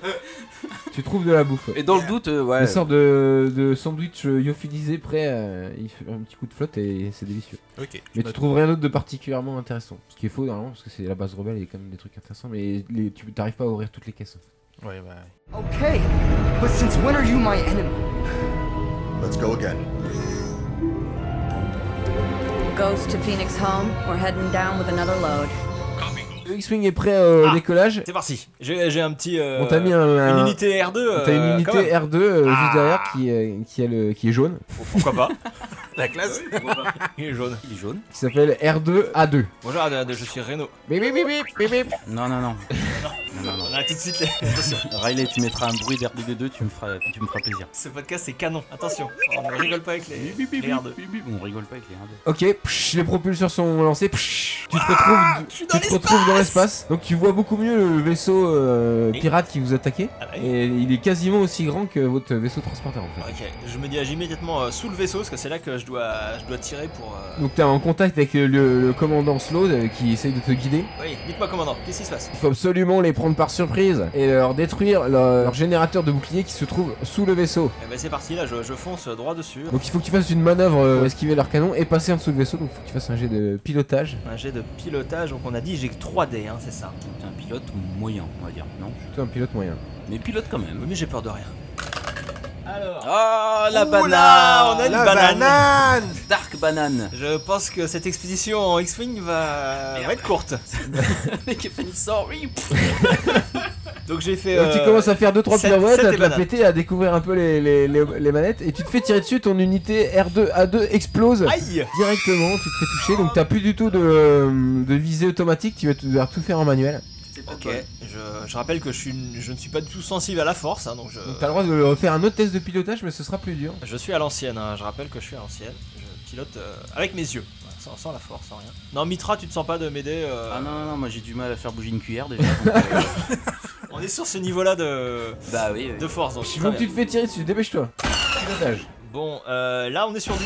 Speaker 1: tu trouves de la bouffe.
Speaker 2: Et dans le doute, euh, ouais.
Speaker 1: Une sorte de, de sandwich euh, lyophilisé prêt, à- il fait un petit coup de flotte et c'est délicieux.
Speaker 3: Ok.
Speaker 1: Mais tu trouves rien d'autre de particulièrement intéressant. Ce qui est faux normalement parce que c'est la base rebelle et quand même des trucs intéressants, mais les- tu t'arrives pas à ouvrir toutes les caisses. en fait.
Speaker 3: Ouais, bah. ouais.
Speaker 6: Okay, but since when are you my enemy?
Speaker 7: Let's go again.
Speaker 8: Ghost to Phoenix home. We're heading down with another load.
Speaker 1: Le X-Wing est prêt euh, au
Speaker 4: Ah.
Speaker 1: décollage.
Speaker 4: C'est parti. J'ai j'ai un petit. euh,
Speaker 1: On t'a mis un,
Speaker 4: Une
Speaker 1: un-
Speaker 4: unité R2. euh,
Speaker 1: T'as une
Speaker 4: quand
Speaker 1: unité
Speaker 4: même.
Speaker 1: R2 euh,
Speaker 4: Ah.
Speaker 1: juste derrière qui, est- qui, a le, qui est jaune, *laughs*
Speaker 4: Pourquoi pas
Speaker 3: La classe
Speaker 4: Ah Il est jaune.
Speaker 2: Il est jaune.
Speaker 1: qui s'appelle R2A2.
Speaker 4: Bonjour, Adèle, je suis Renault.
Speaker 1: Bip, bip, bip, bip, bip, bip.
Speaker 2: Non, non, non.
Speaker 4: On a tout de suite les... Attention,
Speaker 2: Riley, tu mettras un bruit d'RDD2, tu me feras, tu me feras plaisir.
Speaker 4: ce podcast c'est canon, attention, Oh, on ne rigole pas avec les, les R2.
Speaker 2: On rigole pas avec les R2.
Speaker 1: Ok, psh, les propulseurs sont lancés. psh, tu te retrouves,
Speaker 4: Ah, je
Speaker 1: tu
Speaker 4: suis dans
Speaker 1: te retrouves dans l'espace. Donc tu vois beaucoup mieux le vaisseau euh,
Speaker 4: Et-
Speaker 1: pirate qui vous attaquait.
Speaker 4: Ah ouais.
Speaker 1: Et il est quasiment aussi grand que votre vaisseau transporteur en fait.
Speaker 4: Ok, je me dirige immédiatement euh, sous le vaisseau parce que c'est là que je dois, je dois tirer pour. euh,
Speaker 1: Donc t'es en contact avec le, le commandant Slow euh, qui essaye de te guider.
Speaker 4: Oui, dites-moi commandant, qu'est-ce qui se passe
Speaker 1: Il faut absolument les prendre par surprise et leur détruire leur, leur générateur de bouclier qui se trouve sous le vaisseau.
Speaker 4: Eh ben c'est parti, là je, je fonce droit dessus.
Speaker 1: Donc il faut que tu fasses une manœuvre euh, pour esquiver leur canon et passer en dessous du vaisseau. Donc il faut que tu fasses un jet de pilotage.
Speaker 4: Un jet de pilotage, donc on a dit j'ai que 3D, hein, c'est ça.
Speaker 2: T'es un pilote moyen, on va dire, non
Speaker 1: Toi un pilote moyen.
Speaker 2: Mais pilote quand même.
Speaker 4: Mais j'ai peur de rien. Alors.
Speaker 2: Ah, la
Speaker 4: Oula,
Speaker 2: banane
Speaker 4: on a une
Speaker 3: La
Speaker 4: banane.
Speaker 3: banane
Speaker 2: Dark banane
Speaker 4: Je pense que cette expédition en X-Wing va... va être courte. *laughs*
Speaker 2: *laughs* Les Kefani sort, oui
Speaker 4: Donc j'ai fait.
Speaker 1: Donc, tu
Speaker 4: euh,
Speaker 1: commences à faire 2-3
Speaker 4: sept-
Speaker 1: pirouettes,
Speaker 4: sept
Speaker 1: à
Speaker 4: et
Speaker 1: te la
Speaker 4: banane.
Speaker 1: péter, à découvrir un peu les, les- les- les manettes et tu te fais tirer dessus, ton unité R2A2 explose.
Speaker 4: Aïe
Speaker 1: Directement, tu te fais toucher, donc t'as plus du tout de, euh, de visée automatique, tu vas te- devoir tout faire en manuel.
Speaker 4: Ok, je, je rappelle que je, suis, une- je ne suis pas du tout sensible à la force, hein, donc je.
Speaker 1: Donc t'as le droit de refaire un autre test de pilotage, mais ce sera plus dur.
Speaker 4: Je suis à l'ancienne, hein, je rappelle que je suis à l'ancienne. Je pilote euh, avec mes yeux, voilà, sans, sans la force, sans rien. Non, Mitra, tu te sens pas de m'aider euh,
Speaker 2: Ah non, non, non, moi j'ai du mal à faire bouger une cuillère déjà. donc, euh,
Speaker 4: On est sur ce niveau-là de,
Speaker 2: *laughs* bah oui, oui.
Speaker 4: de force. Donc,
Speaker 1: Si vous
Speaker 4: très bien.
Speaker 1: tu te fais tirer dessus, dépêche-toi. Pilotage.
Speaker 4: Bon, euh, là on est sur du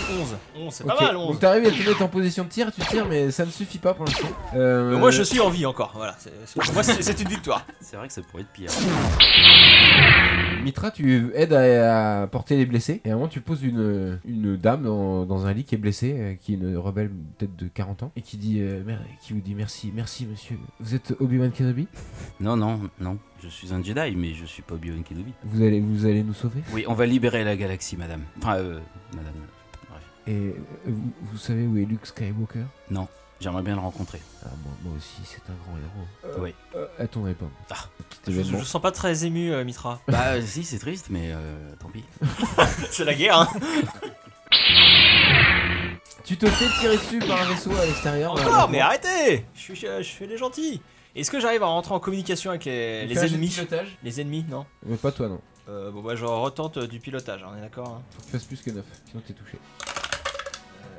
Speaker 4: 11. 11, c'est
Speaker 1: Ok,
Speaker 4: pas mal,
Speaker 1: Donc
Speaker 4: 11.
Speaker 1: t'arrives à te mettre en position de tir, tu tires, mais ça ne suffit pas pour l'instant. Euh,
Speaker 4: Mais moi je suis en vie encore, voilà. c'est- c'est- pour moi c'est c'est une victoire.
Speaker 2: C'est vrai que ça pourrait être pire.
Speaker 1: Mitra, tu aides à, à porter les blessés. Et à un moment, tu poses une, une dame dans, dans un lit qui est blessée, euh, qui est une rebelle peut-être de 40 ans, et qui dit, euh, mer- qui vous dit merci, merci monsieur. Vous êtes Obi-Wan Kenobi
Speaker 2: Non, non, non. Je suis un Jedi, mais je suis pas Obi-Wan Kenobi.
Speaker 1: Vous allez, vous allez nous sauver
Speaker 2: Oui, on va libérer la galaxie, madame. Enfin, euh, madame. Bref.
Speaker 1: Et euh, vous, vous savez où est Luke Skywalker
Speaker 2: J'aimerais bien le rencontrer.
Speaker 1: ah, moi, moi aussi, c'est un grand héros. Euh,
Speaker 2: Oui.
Speaker 1: À ton époque.
Speaker 2: Ah.
Speaker 1: Petit
Speaker 4: Je,
Speaker 1: événement.
Speaker 4: Euh, je sens pas très ému, euh, Mitra.
Speaker 2: *laughs*
Speaker 4: *laughs*
Speaker 2: Bah euh, si, c'est triste, mais euh, tant pis.
Speaker 4: c'est la guerre, hein.
Speaker 1: Tu te fais tirer dessus par un vaisseau à l'extérieur. euh,
Speaker 4: Encore, mais arrêtez je, suis, je, je fais les gentils. Est-ce que j'arrive à rentrer en communication avec ah, les, les ennemis Les ennemis, non
Speaker 1: Mais pas toi, non.
Speaker 4: Euh, Bon, bah, je retente euh, du pilotage, hein, on est d'accord hein.
Speaker 1: Faut que tu fasses plus que 9, sinon t'es touché.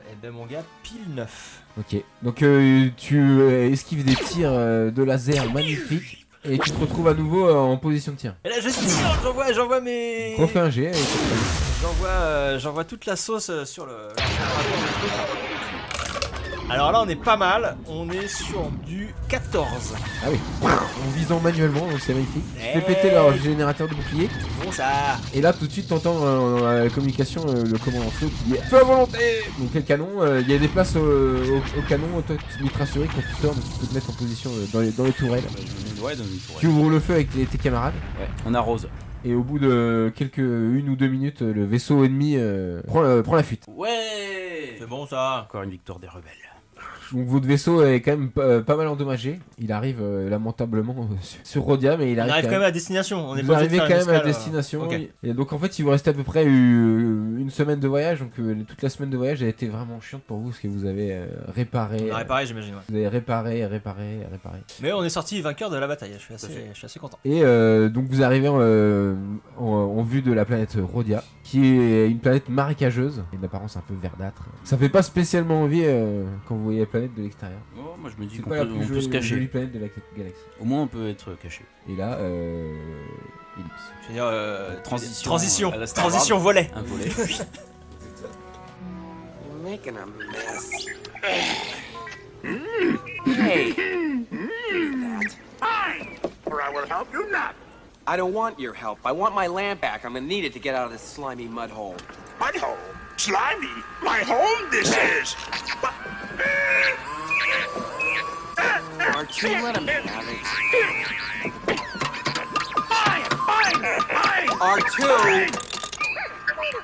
Speaker 4: Eh ben mon gars, pile 9.
Speaker 1: Ok, donc euh, tu euh, esquives des tirs euh, de laser magnifiques et tu te retrouves à nouveau euh, en position de tir.
Speaker 4: Et là je tire, j'envoie, j'envoie mes...
Speaker 1: Refais un G.
Speaker 4: J'envoie, euh, j'envoie toute la sauce euh, sur le... Alors là on est pas mal, on est sur du 14.
Speaker 1: Ah oui, en visant manuellement, donc c'est magnifique. Tu fais
Speaker 4: Hey.
Speaker 1: péter leur générateur de bouclier
Speaker 4: Bon ça
Speaker 1: et là tout de suite t'entends euh, dans la communication euh, le commandant Flo qui dit Feu à volonté Donc les canons, euh, il y a des places au, au- au canon, toi tu te rassurer quand tu sors, donc tu peux te mettre en position euh, dans, les, dans les tourelles.
Speaker 2: Ouais, donc, ouais.
Speaker 1: Tu ouvres le feu avec tes- tes camarades.
Speaker 2: Ouais, On arrose.
Speaker 1: Et au bout de quelques une ou deux minutes, le vaisseau ennemi euh, prend, euh, prend la fuite.
Speaker 2: Ouais
Speaker 4: C'est bon ça
Speaker 2: Encore une victoire des rebelles.
Speaker 1: Donc votre vaisseau est quand même pas, pas mal endommagé. Il arrive euh, lamentablement euh, sur- sur Rodia, mais il
Speaker 4: On
Speaker 1: arrive,
Speaker 4: arrive quand même à destination, on est
Speaker 1: Vous
Speaker 4: pas obligé de
Speaker 1: arrivez
Speaker 4: faire
Speaker 1: quand
Speaker 4: une
Speaker 1: même à
Speaker 4: escale, euh,
Speaker 1: destination.
Speaker 4: ok.
Speaker 1: oui. Et donc en fait, il vous reste à peu près euh, une semaine de voyage. Donc euh, toute la semaine de voyage a été vraiment chiante pour vous parce que vous avez euh, réparé,
Speaker 4: On a réparé j'imagine ouais.
Speaker 1: vous avez réparé, réparé, réparé.
Speaker 4: Mais on est sorti vainqueur de la bataille, je suis assez,
Speaker 2: fait.
Speaker 4: je suis assez content.
Speaker 1: Et euh, donc vous arrivez en, euh, en- en vue de la planète Rhodia, qui est une planète marécageuse et d'apparence un peu verdâtre. Ça fait pas spécialement envie euh, quand vous voyez la planète de l'extérieur.
Speaker 2: Oh, moi je me dis
Speaker 1: C'est
Speaker 2: qu'on
Speaker 1: pas la
Speaker 2: peut,
Speaker 1: plus
Speaker 2: on peut
Speaker 1: jolie,
Speaker 2: se
Speaker 1: jolie
Speaker 2: cacher.
Speaker 1: planète de la galaxie.
Speaker 2: Au moins on peut être caché.
Speaker 1: Et là, euh, ellipse.
Speaker 4: Je veux dire, euh,
Speaker 2: Transition,
Speaker 4: transition,
Speaker 2: euh, à la Star Wars.
Speaker 4: transition volet.
Speaker 2: Un volet.
Speaker 5: You're making a mess.
Speaker 9: I don't want your help. I want my lamp back. I'm gonna need it to get out of this slimy mud hole.
Speaker 10: Mud hole. Slimy. My home this is.
Speaker 5: Archie, let him have it.
Speaker 10: Mine, mine, mine.
Speaker 9: R2!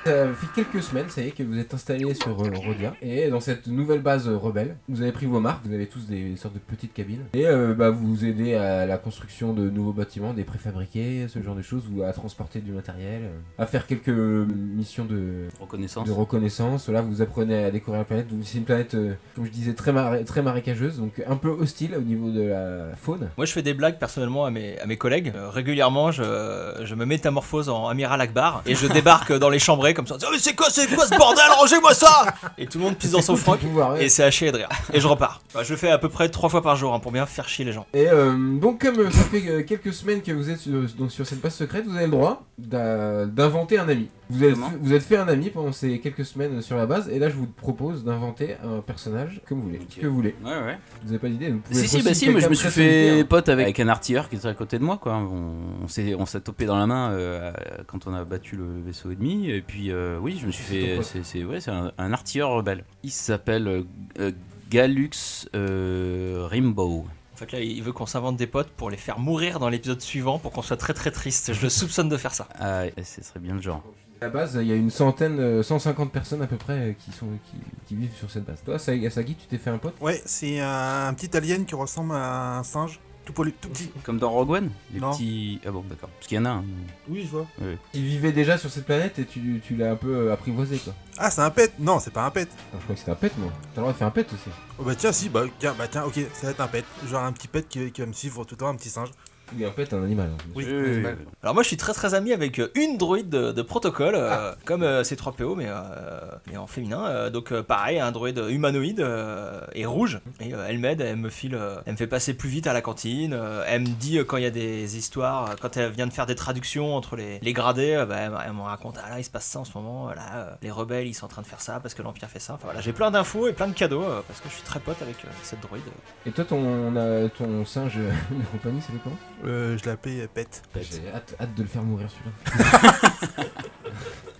Speaker 1: Ça Euh, fait quelques semaines, ça y est, que vous êtes installé sur euh, Rodia. Et dans cette nouvelle base euh, rebelle, vous avez pris vos marques, vous avez tous des sortes de petites cabines. Et euh, bah, vous vous aidez à la construction de nouveaux bâtiments, des préfabriqués, ce genre de choses, ou à transporter du matériel, euh, à faire quelques euh, missions de,
Speaker 2: *laughs* Reconnaissance.
Speaker 1: de reconnaissance. Là, vous apprenez à découvrir la planète. C'est une planète, euh, comme je disais, très, mara- très marécageuse, donc un peu hostile au niveau de la faune.
Speaker 4: Moi, je fais des blagues personnellement à mes, à mes collègues. Euh, régulièrement, je, je me métamorphose en Amiral Akbar et je débarque dans les chambrées comme ça. en disant, Ah, mais c'est quoi, c'est quoi ce bordel Rangez-moi ça Et tout le monde pisse dans
Speaker 1: *laughs*
Speaker 4: son froc.
Speaker 1: Pouvoir, euh, ouais.
Speaker 4: Et c'est haché et de rire. Et je repars. Bah, je le fais à peu près trois fois par jour hein, pour bien faire chier les gens.
Speaker 1: Et euh, donc comme euh, ça fait euh, quelques semaines que vous êtes sur, donc sur cette base secrète, vous avez le droit d'a- d'inventer un ami. Vous êtes,
Speaker 2: Comment
Speaker 1: vous êtes fait un ami pendant ces quelques semaines euh, sur la base, et là je vous propose d'inventer un personnage comme vous voulez.
Speaker 2: Ok.
Speaker 1: Ce que vous voulez.
Speaker 2: Ouais, ouais.
Speaker 1: Vous avez pas d'idée. vous pouvez
Speaker 2: Si,
Speaker 1: être
Speaker 2: si,
Speaker 1: aussi
Speaker 2: bah si, mais je
Speaker 1: quelqu'un
Speaker 2: me
Speaker 1: de
Speaker 2: suis
Speaker 1: très
Speaker 2: fait
Speaker 1: solitaire.
Speaker 2: pote avec, avec un artilleur qui était à côté de moi, quoi. On, on s'est on s'est topé dans la main euh, quand on a battu le vaisseau ennemi. Et puis, euh, oui, je me suis
Speaker 1: ton
Speaker 2: fait.
Speaker 1: pote.
Speaker 2: C'est c'est- ouais, c'est un, un artilleur rebelle. Il s'appelle euh, euh, Galux euh, Rimbo.
Speaker 4: En fait, là, il veut qu'on s'invente des potes pour les faire mourir dans l'épisode suivant pour qu'on soit très très triste. Je le soupçonne de faire ça.
Speaker 2: Ah, et ce serait bien le genre.
Speaker 1: À la base, il y a une centaine, euh, 150 personnes à peu près euh, qui sont qui, qui vivent sur cette base. Toi, Sa- Sagi, tu t'es fait un pote
Speaker 3: Ouais, c'est un, petit alien qui ressemble à un singe, tout poilu, tout petit.
Speaker 2: Comme dans Rogue One Les
Speaker 3: Non.
Speaker 2: petits. Ah bon, d'accord. Parce qu'il y en a un.
Speaker 3: Oui, je vois.
Speaker 1: qui vivait déjà sur cette planète et tu, tu l'as un peu euh, apprivoisé quoi.
Speaker 3: Ah, c'est un pet Non, c'est pas un pet.
Speaker 1: Alors, je crois que c'était un pet, moi. T'as le droit de faire un pet aussi.
Speaker 3: Oh bah tiens, si, bah tiens, bah tiens, ok, ça va être un pet. Genre un petit pet qui, qui va me suivre tout le temps, un petit singe.
Speaker 1: Oui, un pet, un animal. hein.
Speaker 3: Oui,
Speaker 4: Alors moi je suis très très ami avec euh, une droïde de, de protocole, euh, comme euh, C3PO mais, euh, mais en féminin. euh, donc euh, pareil, un droïde humanoïde euh, et rouge. Et euh, elle m'aide, elle me file, euh, elle me fait passer plus vite à la cantine. euh, elle me dit euh, quand il y a des histoires, euh, quand elle vient de faire des traductions entre les, les gradés, euh, bah, elle, me- elle me raconte ah là il se passe ça en ce moment, euh, là euh, les rebelles ils sont en train de faire ça parce que l'Empire fait ça. Enfin voilà, j'ai plein d'infos et plein de cadeaux euh, parce que je suis très pote avec euh, cette droïde.
Speaker 1: Et toi, ton, euh, ton singe euh, *laughs* de compagnie, c'est comment
Speaker 3: Euh, je l'appelais euh, Pet.
Speaker 1: J'ai hâte, hâte de le faire mourir celui-là. *laughs*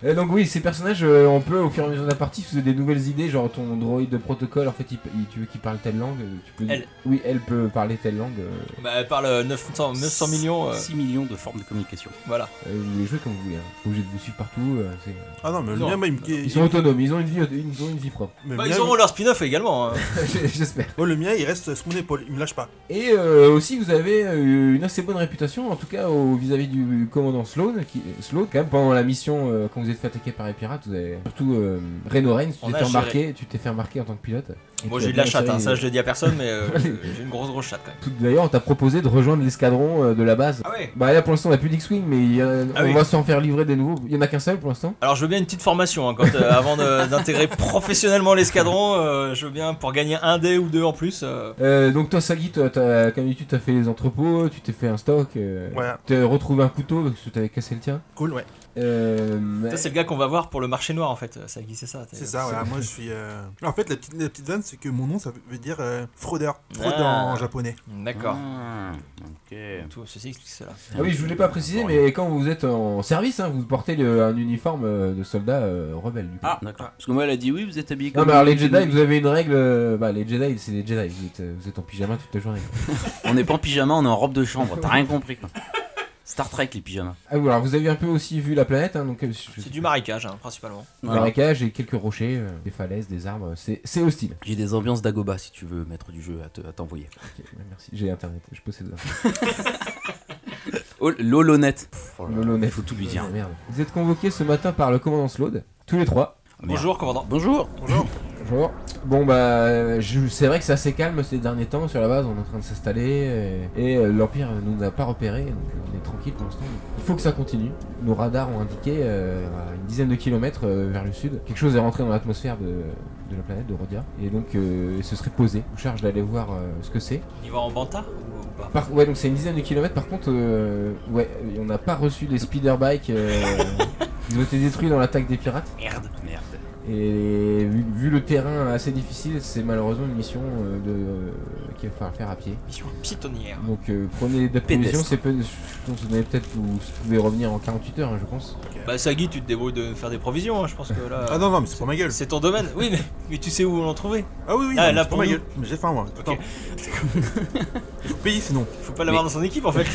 Speaker 1: Et donc oui, ces personnages, euh, on peut au fur et à mesure de la partie, vous avez des nouvelles idées, genre ton droïde de protocole, en fait, il, il- tu veux qu'il parle telle langue, euh, tu peux.
Speaker 4: Elle.
Speaker 1: Oui, elle peut parler telle langue. euh,
Speaker 4: Bah, elle parle euh, 900, 900 millions, euh,
Speaker 2: 6 millions de formes de communication.
Speaker 4: voilà.
Speaker 1: euh, vous les jouez comme vous voulez. Hein. Pas obligé de vous suivre partout. euh, c'est-
Speaker 3: Ah non, mais le
Speaker 4: Non.
Speaker 3: mien, bah, il me.
Speaker 1: Ils sont autonomes, ils ont une vie, auto- ils ont une vie propre. *laughs*
Speaker 3: mais le
Speaker 4: Bah,
Speaker 3: mien,
Speaker 4: ils auront leur spin-off également. hein.
Speaker 3: *laughs*
Speaker 1: J'espère.
Speaker 3: il- Moi, le mien, il reste sous mon épaule, il me lâche pas.
Speaker 1: Et euh, aussi, vous avez euh, une assez bonne réputation, en tout cas au- vis-à-vis du commandant Sloan. Qui, Sloan, quand même, pendant la mission, euh, quand vous êtes fait attaquer par les pirates, vous avez surtout euh, Reno Reigns, tu
Speaker 4: On
Speaker 1: t'es
Speaker 4: a
Speaker 1: fait
Speaker 4: géré.
Speaker 1: remarquer, tu t'es fait remarquer en tant que pilote. Et
Speaker 4: Moi
Speaker 1: tu as
Speaker 4: j'ai de la
Speaker 1: bien
Speaker 4: chatte, hein,
Speaker 1: servi-
Speaker 4: ça je le dis à personne, mais
Speaker 3: *laughs*
Speaker 4: euh, j'ai une grosse grosse chatte quand même.
Speaker 1: Tout- D'ailleurs, on t'a proposé de rejoindre l'escadron euh, de la base.
Speaker 4: Ah ouais
Speaker 1: Bah là, pour l'instant, on a plus d'X-Wing, mais il y a-
Speaker 4: Ah
Speaker 1: on
Speaker 4: oui.
Speaker 1: va s'en faire livrer des nouveaux. Il y en a qu'un seul pour l'instant.
Speaker 4: Alors je veux bien une petite formation hein, quand, euh, avant
Speaker 3: *laughs*
Speaker 4: de- d'intégrer professionnellement l'escadron, euh, je veux bien pour gagner un dé ou deux en plus. euh,
Speaker 1: Euh, donc toi, Sagi, toi, t'as- comme d'habitude, t'as fait les entrepôts, tu t'es fait un stock, euh,
Speaker 3: Ouais.
Speaker 1: t'as retrouvé un couteau parce que t'avais cassé le tien.
Speaker 3: Cool, ouais.
Speaker 1: Euh,
Speaker 4: Ça c'est le gars qu'on va voir pour le marché noir en fait, euh, Sagi c'est ça. t'es-
Speaker 3: C'est ça, voilà, moi je suis. euh, En fait, la petite, la petite vanne, c'est que mon nom, ça veut- veut dire euh, fraudeur. Fraude
Speaker 4: Ah.
Speaker 3: en japonais.
Speaker 4: D'accord.
Speaker 2: Ah, ok.
Speaker 4: Tout ceci explique cela.
Speaker 1: Ah oui, je voulais pas préciser, mais quand vous êtes en service, hein, vous portez le- un uniforme euh, de soldat euh, rebelle. Du coup.
Speaker 2: Ah, d'accord. Parce que moi, elle a dit oui, vous êtes habillé comme.
Speaker 1: Non, mais alors les Jedi, vous avez une règle. euh, bah, les Jedi, c'est les Jedi. Vous êtes, euh, vous êtes en pyjama toute la journée.
Speaker 2: On n'est pas en pyjama, on est en robe de chambre. T'as rien compris, quoi. Star Trek, les pyjamas.
Speaker 1: Ah, oui, alors vous avez un peu aussi vu la planète, hein, donc. euh, je-
Speaker 4: C'est du marécage hein, principalement.
Speaker 3: Ah,
Speaker 1: Voilà. Marécage et quelques rochers, euh, des falaises, des arbres. C'est c'est hostile.
Speaker 2: J'ai des ambiances d'Agoba si tu veux mettre du jeu à te- à t'envoyer.
Speaker 1: Ok, ouais, merci. J'ai internet. Je possède ça.
Speaker 2: Oh, L'holonette.
Speaker 1: Lolonais.
Speaker 2: Il oh faut tout lui dire.
Speaker 1: Ah, merde. Vous êtes convoqués ce matin par le commandant Slode, tous les trois.
Speaker 4: Bonjour commandant.
Speaker 2: Bonjour.
Speaker 3: Bonjour.
Speaker 1: Bonjour. Bon bah, je- c'est vrai que c'est assez calme ces derniers temps sur la base. On est en train de s'installer euh, et euh, l'empire euh, nous a pas repéré, donc euh, on est tranquille pour l'instant. Il faut que ça continue. Nos radars ont indiqué euh, à une dizaine de kilomètres euh, vers le sud, quelque chose est rentré dans l'atmosphère de, de la planète de Rodia et donc euh, ce serait posé. Je vous charge d'aller voir euh, ce que c'est.
Speaker 4: Il va en banta ou pas
Speaker 1: Par- ouais, donc c'est une dizaine de kilomètres. Par contre, euh, ouais, on n'a pas reçu les speeder bikes. euh, Ils ont été détruits dans l'attaque des pirates.
Speaker 2: Merde. Merde.
Speaker 1: Et vu, vu le terrain assez difficile, c'est malheureusement une mission euh, de, qu'il va falloir faire à pied.
Speaker 4: Mission pitonnière.
Speaker 1: Donc euh, prenez des
Speaker 2: Pédestre.
Speaker 1: provisions, c'est peu, je pense que vous avez peut-être vous, vous pouvez revenir en 48 heures, hein, je pense.
Speaker 4: Bah Sagi tu te débrouilles de faire des provisions, hein, je pense que là...
Speaker 3: Ah non, non, mais c'est pour ma gueule.
Speaker 4: C'est ton domaine, oui mais, mais tu sais où l'en trouver.
Speaker 3: Ah oui, oui,
Speaker 4: Ah,
Speaker 3: non, mais
Speaker 4: là,
Speaker 3: c'est pour
Speaker 4: pour
Speaker 3: ma
Speaker 4: nous.
Speaker 3: gueule. Mais j'ai faim, moi. Attends. Il *laughs* faut payer sinon.
Speaker 4: Faut pas l'avoir dans son équipe en fait.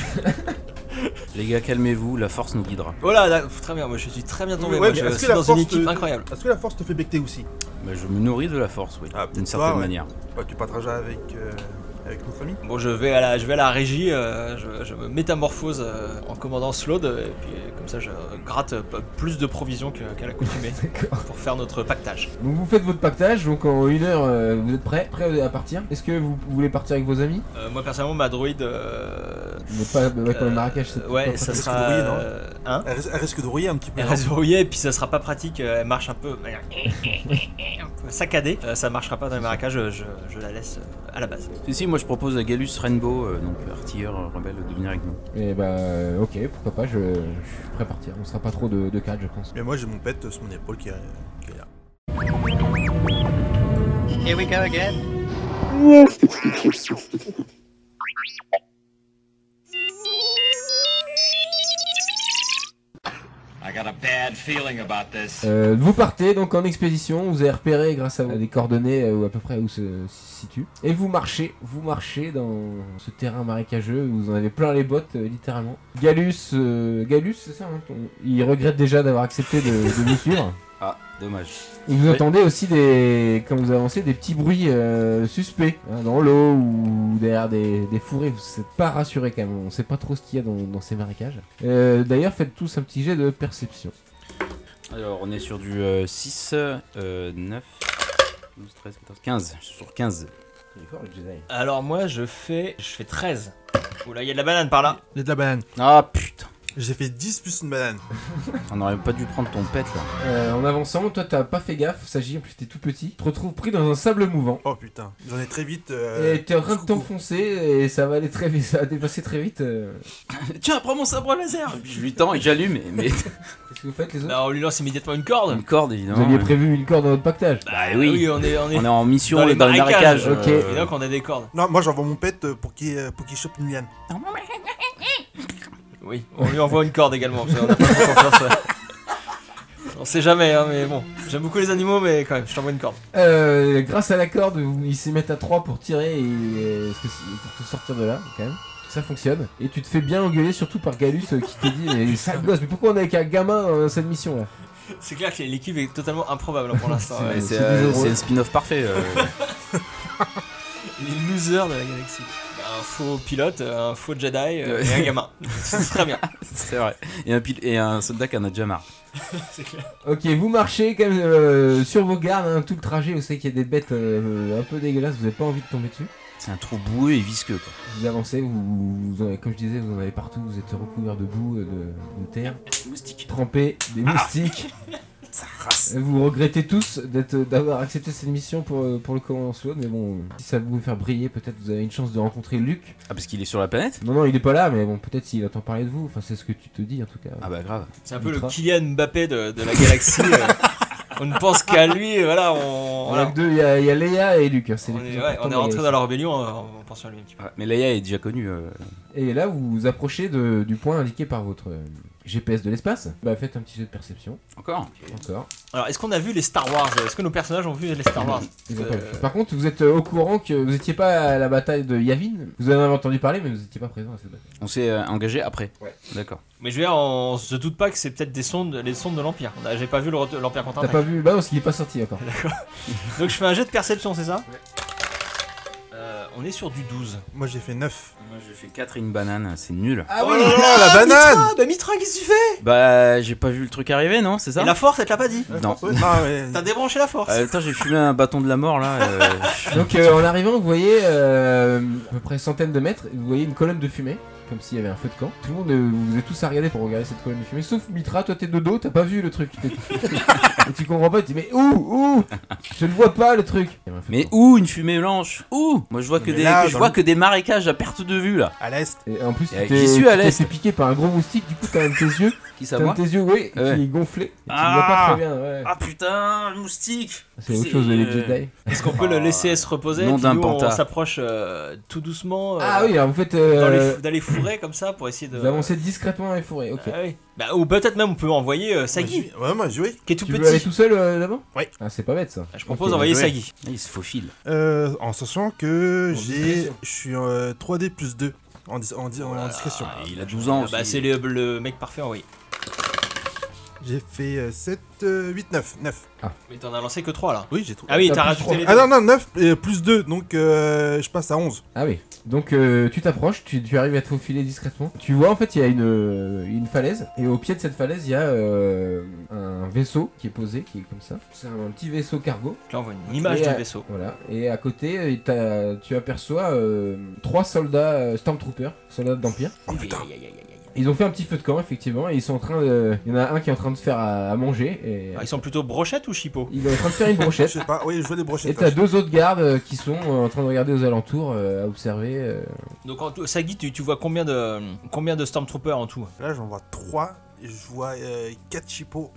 Speaker 2: Les gars, calmez-vous, la force nous guidera.
Speaker 4: *laughs* Voilà, là, pff, très bien, moi je suis très bien tombé.
Speaker 3: Ouais,
Speaker 4: moi,
Speaker 3: mais
Speaker 4: je
Speaker 3: est-ce que
Speaker 4: suis
Speaker 3: la
Speaker 4: dans une
Speaker 3: force
Speaker 4: équipe
Speaker 3: te-
Speaker 4: incroyable.
Speaker 3: Est-ce que la force te fait becter aussi
Speaker 2: Mais Bah, je me nourris de la force, oui.
Speaker 3: Ah,
Speaker 2: D'une
Speaker 3: peut-être
Speaker 2: certaine
Speaker 3: pas, ouais.
Speaker 2: manière.
Speaker 3: Bah, tu partageras avec, euh, avec notre famille.
Speaker 4: Bon, je vais à la, je vais à la régie, euh, je, je me métamorphose euh, en commandant Slode, et puis euh, comme ça je gratte euh, plus de provisions que- qu'à
Speaker 3: *laughs*
Speaker 4: l'accoutumée
Speaker 1: D'accord.
Speaker 4: pour faire notre pactage.
Speaker 1: Donc vous faites votre pactage, donc en une heure euh, vous êtes prêts, prêts à partir. Est-ce que vous voulez partir avec vos amis
Speaker 4: Euh, moi personnellement, ma droïde. euh,
Speaker 1: Mais pas avec
Speaker 4: euh,
Speaker 1: le Marrakech, c'est
Speaker 4: Ouais,
Speaker 1: pas
Speaker 4: ça
Speaker 3: pratique.
Speaker 4: sera.
Speaker 3: Risque de rouiller, non
Speaker 4: euh, hein
Speaker 3: Elle, ris- elle risque de rouiller un petit peu.
Speaker 4: Elle
Speaker 3: non
Speaker 4: reste verrouillée, et puis ça sera pas pratique, euh, elle marche un peu. *laughs* un peu saccadée. Euh, ça marchera pas dans les marécages, je, je, je la laisse euh, à la base.
Speaker 2: Si, si, moi je propose à Galus Rainbow, euh, donc artilleur euh, rebelle, de venir avec nous.
Speaker 1: Et bah ok, pourquoi pas, je, je suis prêt à partir. On sera pas trop de, de quatre, je pense.
Speaker 3: Mais moi j'ai mon pet euh, sur mon épaule qui, est- qui est là.
Speaker 5: Here we go again.
Speaker 10: I got a bad feeling about this.
Speaker 1: Euh, vous partez donc en expédition, vous avez repéré grâce à des coordonnées euh, ou à peu près où se, se situe. Et vous marchez, vous marchez dans ce terrain marécageux, où vous en avez plein les bottes euh, littéralement. Galus, euh, Galus c'est ça, hein, ton- il regrette déjà d'avoir accepté de, de vous suivre.
Speaker 2: Ah, dommage.
Speaker 1: Et vous
Speaker 2: Oui.
Speaker 1: entendez aussi des, quand vous avancez, des petits bruits euh, suspects hein, dans l'eau ou derrière des, des fourrés. Vous n'êtes pas rassuré quand même. On sait pas trop ce qu'il y a dans, dans ces marécages. Euh, D'ailleurs, faites tous un petit jet de perception.
Speaker 2: Alors, on est sur du euh, 6, 9, 12, 13, 14, 15. Je suis sur 15.
Speaker 4: Alors moi je fais. Je fais 13. Oula, il y a de la banane par là.
Speaker 3: J'ai de la banane.
Speaker 2: Ah putain
Speaker 3: J'ai fait 10 plus une banane.
Speaker 2: On aurait pas dû prendre ton pet là.
Speaker 1: Euh, en avançant, toi t'as pas fait gaffe, s'agit en plus t'es tout petit, tu te retrouves pris dans un sable mouvant.
Speaker 3: Oh putain. J'en ai très vite. euh,
Speaker 1: Et t'es en train de
Speaker 3: coucou.
Speaker 1: t'enfoncer et ça va aller très vite, ça va dépasser très vite. euh.
Speaker 2: Tiens, prends mon sabre laser Et puis, Je lui tends et j'allume, et- mais
Speaker 1: Qu'est-ce que vous faites les autres
Speaker 4: Bah, on lui lance immédiatement une corde. Ah
Speaker 2: une corde
Speaker 1: Vous
Speaker 2: évidemment.
Speaker 1: aviez
Speaker 2: ouais.
Speaker 1: prévu une corde dans votre pactage.
Speaker 2: Bah oui,
Speaker 4: on est, on est,
Speaker 2: on est en mission
Speaker 4: dans les marécages.
Speaker 1: Ok.
Speaker 2: euh,
Speaker 4: Et donc on a des cordes.
Speaker 3: Non, moi j'envoie mon pet euh, pour qu'il euh, pour qu'il chope une liane.
Speaker 4: Oui, on lui envoie une corde également. parce qu'on a pas trop confiance, *laughs* ouais. On sait jamais, hein, mais bon. J'aime beaucoup les animaux, mais quand même, je t'envoie une corde.
Speaker 1: Euh, grâce à la corde, vous- ils se mettent à trois pour tirer et euh, parce que c'est- pour te sortir de là quand même. Ça fonctionne. Et tu te fais bien engueuler surtout par Galus euh, qui te dit
Speaker 3: *laughs*
Speaker 1: mais sale gosse, mais pourquoi on est avec un gamin dans cette mission là
Speaker 4: C'est clair que l'équipe est totalement improbable hein, pour l'instant.
Speaker 1: ouais.
Speaker 2: Mais
Speaker 1: C'est
Speaker 2: c'est
Speaker 1: du
Speaker 2: euh,
Speaker 1: jeu de
Speaker 2: c'est un spin-off parfait. euh.
Speaker 1: *laughs*
Speaker 4: Les losers de la galaxie. Un faux pilote, un faux Jedi euh, et un *laughs* gamin. C'est très bien.
Speaker 2: c'est vrai. Et un, pil- et un soldat qui en a déjà marre.
Speaker 4: C'est clair.
Speaker 1: Ok, vous marchez comme euh, sur vos gardes hein, tout le trajet, vous savez qu'il y a des bêtes euh, un peu dégueulasses, vous avez pas envie de tomber dessus.
Speaker 2: C'est un trou boueux et visqueux quoi.
Speaker 1: Vous avancez, vous, vous en avez- comme je disais, vous en avez partout, vous êtes recouverts de boue, euh, de, de terre,
Speaker 2: Moustique.
Speaker 1: trempés, des
Speaker 4: Ah. *laughs*
Speaker 1: moustiques. Vous regrettez tous d'être, d'avoir accepté cette mission pour, euh, pour le commandant Sloan, mais bon, si ça vous faire briller, peut-être vous avez une chance de rencontrer Luc.
Speaker 2: Ah, parce qu'il est sur la planète
Speaker 1: Non, non, il est pas là, mais bon, peut-être s'il entend parler de vous, enfin, c'est ce que tu te dis en tout cas.
Speaker 2: Ah bah grave.
Speaker 4: C'est un peu le
Speaker 1: Ultra.
Speaker 4: Kylian Mbappé de, de la galaxie. euh. On ne pense qu'à lui, et voilà, on,
Speaker 1: Il y a
Speaker 4: voilà.
Speaker 1: que deux, il y a, il y a Léa et Luc. hein, c'est
Speaker 4: on
Speaker 1: les
Speaker 4: est,
Speaker 1: plus
Speaker 4: ouais,
Speaker 1: importants
Speaker 4: on est
Speaker 1: de la
Speaker 4: rentré
Speaker 1: galaxie.
Speaker 4: dans la rébellion en en pensant à lui un petit peu.
Speaker 2: Ouais, Ah, Mais Leia est déjà connue. euh.
Speaker 1: Et là, vous vous approchez de- du point indiqué par votre euh, GPS de l'espace. Bah, faites un petit jeu de perception.
Speaker 2: Encore
Speaker 1: Encore.
Speaker 4: Alors, est-ce qu'on a vu les Star Wars Est-ce que nos personnages ont vu les Star Wars
Speaker 1: Ils ont pas
Speaker 4: Euh,
Speaker 1: vu. Par contre, vous êtes euh, au courant que vous n'étiez pas à la bataille de Yavin. Vous en avez entendu parler, mais vous n'étiez pas présent à cette bataille.
Speaker 2: On s'est euh, engagé après.
Speaker 1: Ouais.
Speaker 2: D'accord.
Speaker 4: Mais je veux dire, on se doute pas que c'est peut-être des sondes, les sondes de l'Empire. On a- J'ai pas vu le ret- l'Empire contre
Speaker 1: T'as pas vu Bah, non, parce qu'il est pas sorti encore.
Speaker 4: Donc je fais un jet de perception, c'est ça Euh, On est sur du 12.
Speaker 3: Moi j'ai fait 9.
Speaker 2: Moi j'ai fait 4 et une banane, c'est nul.
Speaker 1: Ah
Speaker 3: Oh là là, la banane
Speaker 4: Ah, bah Mitra, qu'est-ce que tu fais
Speaker 2: Bah j'ai pas vu le truc arriver non, c'est ça
Speaker 4: Et la force, elle te l'a pas dit
Speaker 2: Non.
Speaker 3: Ah, Ouais, non, *laughs* mais-
Speaker 4: T'as débranché la force
Speaker 2: Euh, attends, j'ai fumé un bâton de la mort là. euh,
Speaker 1: Donc, euh, en arrivant, vous voyez euh, à peu près centaines de mètres, vous voyez une colonne de fumée. Comme s'il y avait un feu de camp. Tout le monde, euh, vous êtes tous à regarder pour regarder cette colonne de fumée. Sauf Mitra, toi t'es de dos, t'as pas vu le
Speaker 2: *laughs*
Speaker 1: truc. Et tu comprends pas, tu dis mais où Où Je ne vois pas le truc. Il y avait un feu de
Speaker 2: Mais
Speaker 1: camp.
Speaker 2: où une fumée blanche Où Moi je vois que
Speaker 3: Mais
Speaker 2: des
Speaker 3: là,
Speaker 2: je
Speaker 3: dans
Speaker 2: vois
Speaker 3: le-
Speaker 2: que des marécages à perte de vue là.
Speaker 3: À l'est.
Speaker 1: Et en plus, tu
Speaker 2: Et
Speaker 1: t'es-
Speaker 2: j'y suis à
Speaker 1: tu t'es
Speaker 2: l'est.
Speaker 1: fait piquer par un gros moustique, du coup, t'as
Speaker 2: *laughs*
Speaker 1: même tes yeux.
Speaker 2: Qui ça
Speaker 1: T'as même
Speaker 2: moi
Speaker 1: tes yeux, oui,
Speaker 2: Ah ouais.
Speaker 1: qui est gonflé. et Tu
Speaker 2: Ah.
Speaker 1: vois pas très bien, ouais.
Speaker 2: Ah putain, le moustique.
Speaker 1: C'est autre chose, les
Speaker 2: euh,
Speaker 1: Jedi.
Speaker 4: Est-ce qu'on peut le laisser se reposer
Speaker 2: Nom
Speaker 4: puis
Speaker 2: d'un
Speaker 4: nous, On
Speaker 2: panta.
Speaker 4: s'approche euh, tout doucement euh,
Speaker 1: Ah oui, alors vous faites.
Speaker 4: dans,
Speaker 1: Euh,
Speaker 4: les, euh, fou- dans les fourrés comme ça pour essayer de.
Speaker 1: Vous avancez discrètement dans les fourrés, ok.
Speaker 4: Ah oui. Bah, ou peut-être même on peut envoyer euh,
Speaker 3: Moi,
Speaker 4: Sagi,
Speaker 3: j'ai- Ouais, moi j'ai joué.
Speaker 4: qui est tout
Speaker 1: Tu veux aller
Speaker 4: petit.
Speaker 1: tout seul euh, d'abord
Speaker 3: Ouais.
Speaker 1: Ah, c'est pas bête ça.
Speaker 4: Je
Speaker 1: Ok,
Speaker 4: propose
Speaker 1: bah,
Speaker 4: d'envoyer
Speaker 2: bien joué.
Speaker 4: Sagi.
Speaker 2: Ah, Il se faufile.
Speaker 3: Euh, en sachant que
Speaker 1: En
Speaker 3: j'ai.
Speaker 1: discrétion.
Speaker 3: Je suis en euh, 3D plus 2 en, dis- en dis- en discrétion.
Speaker 2: Ah, il a 12 ans
Speaker 4: Ah bah,
Speaker 2: aussi.
Speaker 4: c'est le, le mec parfait, oui.
Speaker 3: J'ai fait euh, 7, 8, 9, 9.
Speaker 4: Mais t'en as lancé que 3 là.
Speaker 3: Oui, j'ai trouvé.
Speaker 4: Ah oui,
Speaker 1: T'as
Speaker 4: t'as
Speaker 1: plus
Speaker 4: rajouté
Speaker 1: trois.
Speaker 4: les
Speaker 3: Ah
Speaker 4: deux.
Speaker 3: non, non, 9 plus 2, donc euh, je passe à 11.
Speaker 1: Ah oui. Donc euh, tu t'approches, tu, tu arrives à te faufiler discrètement. Tu vois en fait il y a une, euh, une falaise et au pied de cette falaise il y a euh, un vaisseau qui est posé, qui est comme ça. C'est un, petit vaisseau cargo.
Speaker 4: Là, on voit une image
Speaker 1: Et,
Speaker 4: du
Speaker 1: euh,
Speaker 4: vaisseau.
Speaker 1: Voilà. Et à côté euh, t'as- tu aperçois euh, trois soldats euh, stormtroopers, soldats d'empire.
Speaker 3: Oh, putain.
Speaker 4: Aïe, aïe, aïe, aïe, aïe.
Speaker 1: Ils ont fait un petit feu de camp effectivement et ils sont en train de... Il y en a un qui est en train de se faire euh, à, à manger et...
Speaker 4: Ah, Ils sont plutôt brochettes ou chipots
Speaker 1: Il est en train de faire une
Speaker 3: *laughs* Je
Speaker 1: brochette.
Speaker 3: sais pas, oui, je vois des brochettes. hein.
Speaker 1: Et t'as
Speaker 3: là.
Speaker 1: deux autres gardes euh, qui sont euh, en train de regarder aux alentours, euh, à observer. euh.
Speaker 4: Donc, en tout, Sagi, tu, tu vois combien de, combien de Stormtroopers en tout
Speaker 3: Là, j'en vois 3. Je vois 4 chipots.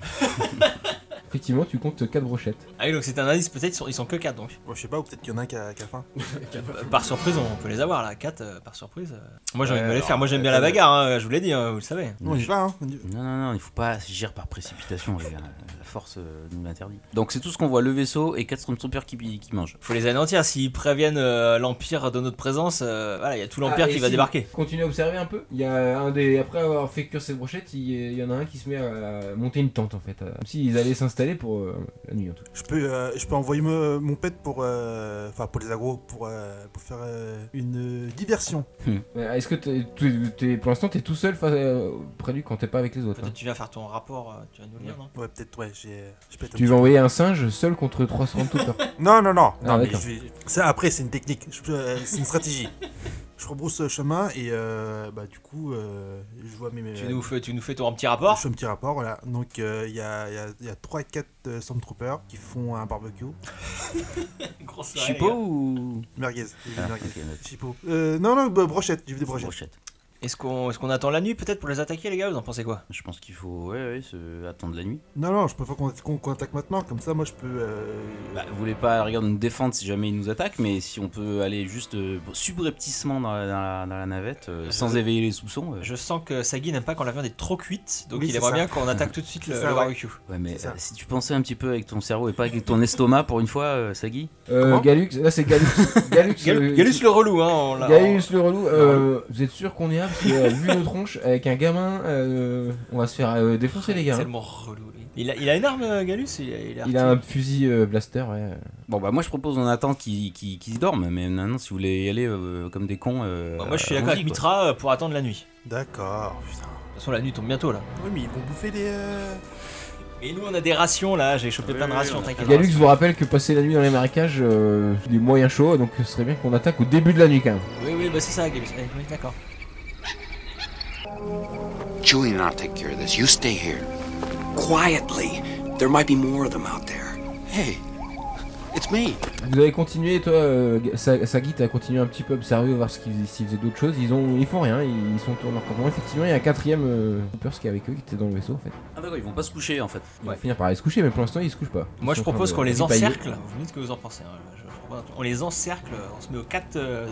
Speaker 1: Effectivement, tu comptes quatre brochettes.
Speaker 4: Ah oui, donc c'est un indice, peut-être ils sont, ils sont que 4 *laughs* donc.
Speaker 3: Bon, je sais pas, ou peut-être qu'il y en a un qui a, qui a faim.
Speaker 4: Euh, Par surprise, on peut les avoir là, 4 par surprise. euh. Moi j'ai envie de me
Speaker 2: Ouais,
Speaker 4: les faire, moi
Speaker 1: euh,
Speaker 4: j'aime bien la
Speaker 2: alors,
Speaker 4: bagarre, hein, je vous l'ai dit, hein, vous le savez.
Speaker 3: On y va, hein. on y-
Speaker 2: Non, non, non, il faut pas agir par précipitation, les gars. La force euh, nous l'interdit. Donc c'est tout ce qu'on voit, le vaisseau et 4 Stormtroopers qui, qui mangent.
Speaker 4: Faut les anéantir, s'ils préviennent euh, l'Empire de notre présence, euh, voilà, il y a tout l'Empire
Speaker 1: Ah, et
Speaker 4: qui va
Speaker 1: si-
Speaker 4: débarquer.
Speaker 1: Continue à observer un peu. Il y a un des. Après avoir fait cuire cette brochette, il y- il y en a un qui se met à monter une tente en fait. à- Comme s'ils allaient s'installer pour euh, la nuit en tout cas.
Speaker 3: Je peux, euh, je peux envoyer me- mon pet pour, euh, enfin pour les agros, pour, euh, pour faire euh, une euh, diversion.
Speaker 1: Euh, Est-ce que t'es- tu- t'es- pour l'instant t'es tout seul face, euh, près lui quand t'es pas avec les autres hein.
Speaker 4: Peut-être tu viens faire ton rapport, euh, tu vas nous le dire, non
Speaker 3: Ouais, peut-être, ouais, j'ai, je pète un
Speaker 1: Tu
Speaker 3: petit
Speaker 1: vas envoyer un singe seul contre *laughs* 300 tout
Speaker 3: peu. Non, non, non,
Speaker 1: Ah,
Speaker 3: non, mais
Speaker 1: d'accord.
Speaker 3: je vais- ça après, c'est une technique, Je- euh, c'est
Speaker 1: *laughs*
Speaker 3: une stratégie. je rebrousse le chemin et euh, bah du coup, euh, je vois mes. mes-
Speaker 4: tu, nous fais, tu nous fais ton petit
Speaker 3: je
Speaker 4: rapport
Speaker 3: fais un petit rapport, voilà. Donc, euh, il y a, il y a- il y a 3-4 euh, Stormtroopers qui font un barbecue.
Speaker 4: Grosse soirée, les
Speaker 2: Chipot
Speaker 4: gars.
Speaker 2: ou.
Speaker 3: Merguez. j'ai vu
Speaker 2: Ah,
Speaker 3: merguez.
Speaker 2: ok, note.
Speaker 3: Chipo. Euh, non, non, bah, brochette, j'ai vu des brochettes.
Speaker 2: Brochette.
Speaker 4: Est-ce qu'on est qu'on attend la nuit peut-être pour les attaquer, les gars Vous en pensez quoi
Speaker 2: Je pense qu'il faut ouais, ouais, se- attendre la nuit.
Speaker 3: Non, non, je préfère qu'on qu'on- qu'on attaque maintenant, comme ça, moi, je peux... euh,
Speaker 2: Bah, vous voulez pas regarde, nous défendre si jamais ils nous attaquent, mais si on peut aller juste euh, subrepticement dans la, dans la- dans la navette, euh, sans éveiller les soupçons. euh.
Speaker 4: Je sens que Sagi n'aime pas quand la viande est trop cuite, donc
Speaker 3: Oui,
Speaker 4: il
Speaker 3: c'est
Speaker 4: aimerait
Speaker 3: ça.
Speaker 4: bien qu'on attaque tout de suite le,
Speaker 3: C'est
Speaker 4: le
Speaker 3: ça, ouais.
Speaker 4: barbecue.
Speaker 2: Ouais, mais
Speaker 3: C'est ça.
Speaker 2: euh, si tu pensais un petit peu avec ton cerveau et pas avec ton estomac pour une fois, euh, Sagi.
Speaker 1: Euh,
Speaker 3: Comment
Speaker 1: Galux, là c'est
Speaker 3: *laughs*
Speaker 1: Galux. Galux,
Speaker 4: Gal-
Speaker 1: euh,
Speaker 4: Galus le relou, hein. on l'a-
Speaker 1: Gaïus le relou, euh, vous êtes sûr qu'on est là Parce que euh, vu nos tronches, avec un gamin, euh, on va se faire euh, défoncer les
Speaker 4: C'est
Speaker 1: gars. hein.
Speaker 4: tellement relou. lui. Il a, il a une arme, euh, Galus Il a, il est
Speaker 1: Il a un fusil euh, blaster, ouais.
Speaker 2: Bon, bah, moi je propose on attend qu'ils qu'ils- qu'ils dorment, mais maintenant si vous voulez y aller euh, comme des cons. euh,
Speaker 4: Bon, Bah, moi je suis
Speaker 2: allons-y,
Speaker 4: d'accord avec
Speaker 2: quoi.
Speaker 4: Mitra euh, pour attendre la nuit.
Speaker 3: D'accord, putain.
Speaker 4: De toute façon, la nuit tombe bientôt là.
Speaker 3: Oui, mais ils vont bouffer des... euh,
Speaker 4: Et nous on a des rations là, j'ai chopé
Speaker 2: Oui,
Speaker 4: plein de
Speaker 2: oui,
Speaker 4: rations,
Speaker 2: oui,
Speaker 4: t'inquiète.
Speaker 1: Galux vous rappelle que passer la nuit dans les marécages, euh, il est moyen chaud, donc ce serait bien qu'on attaque au début de la nuit quand même.
Speaker 4: Oui, oui, bah c'est ça, Galus. Eh, oui, d'accord.
Speaker 5: Julian and I'll take care of this. You stay here. Quietly. There might be more of them out there. Hey, it's me.
Speaker 1: Vous avez continué, toi, euh, Sa- Sagi, t'as continué un petit peu à observer, voir ce qu'ils faisaient- s'ils faisaient d'autres choses. Ils ont, ils font rien, ils sont tournés en campement. Effectivement, il y a un quatrième euh, Hoopers qui est avec eux, qui était dans le vaisseau en fait.
Speaker 2: Ah, d'accord, ils vont pas se coucher en fait.
Speaker 1: Ils
Speaker 4: Ouais.
Speaker 1: vont finir par aller se coucher, mais pour l'instant, ils se couchent pas. Ils
Speaker 4: Moi je
Speaker 1: sont en train
Speaker 4: propose
Speaker 1: de
Speaker 4: qu'on les
Speaker 1: ripailler.
Speaker 4: encercle. Vous me dites ce que vous en pensez. hein, je- je propose- on les encercle, on se met aux quatre, euh,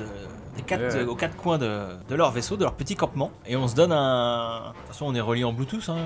Speaker 4: des quatre,
Speaker 2: Ouais, ouais.
Speaker 4: aux quatre coins de, de leur vaisseau, de leur petit campement, et on se donne un. De toute façon, on est relié en Bluetooth, hein,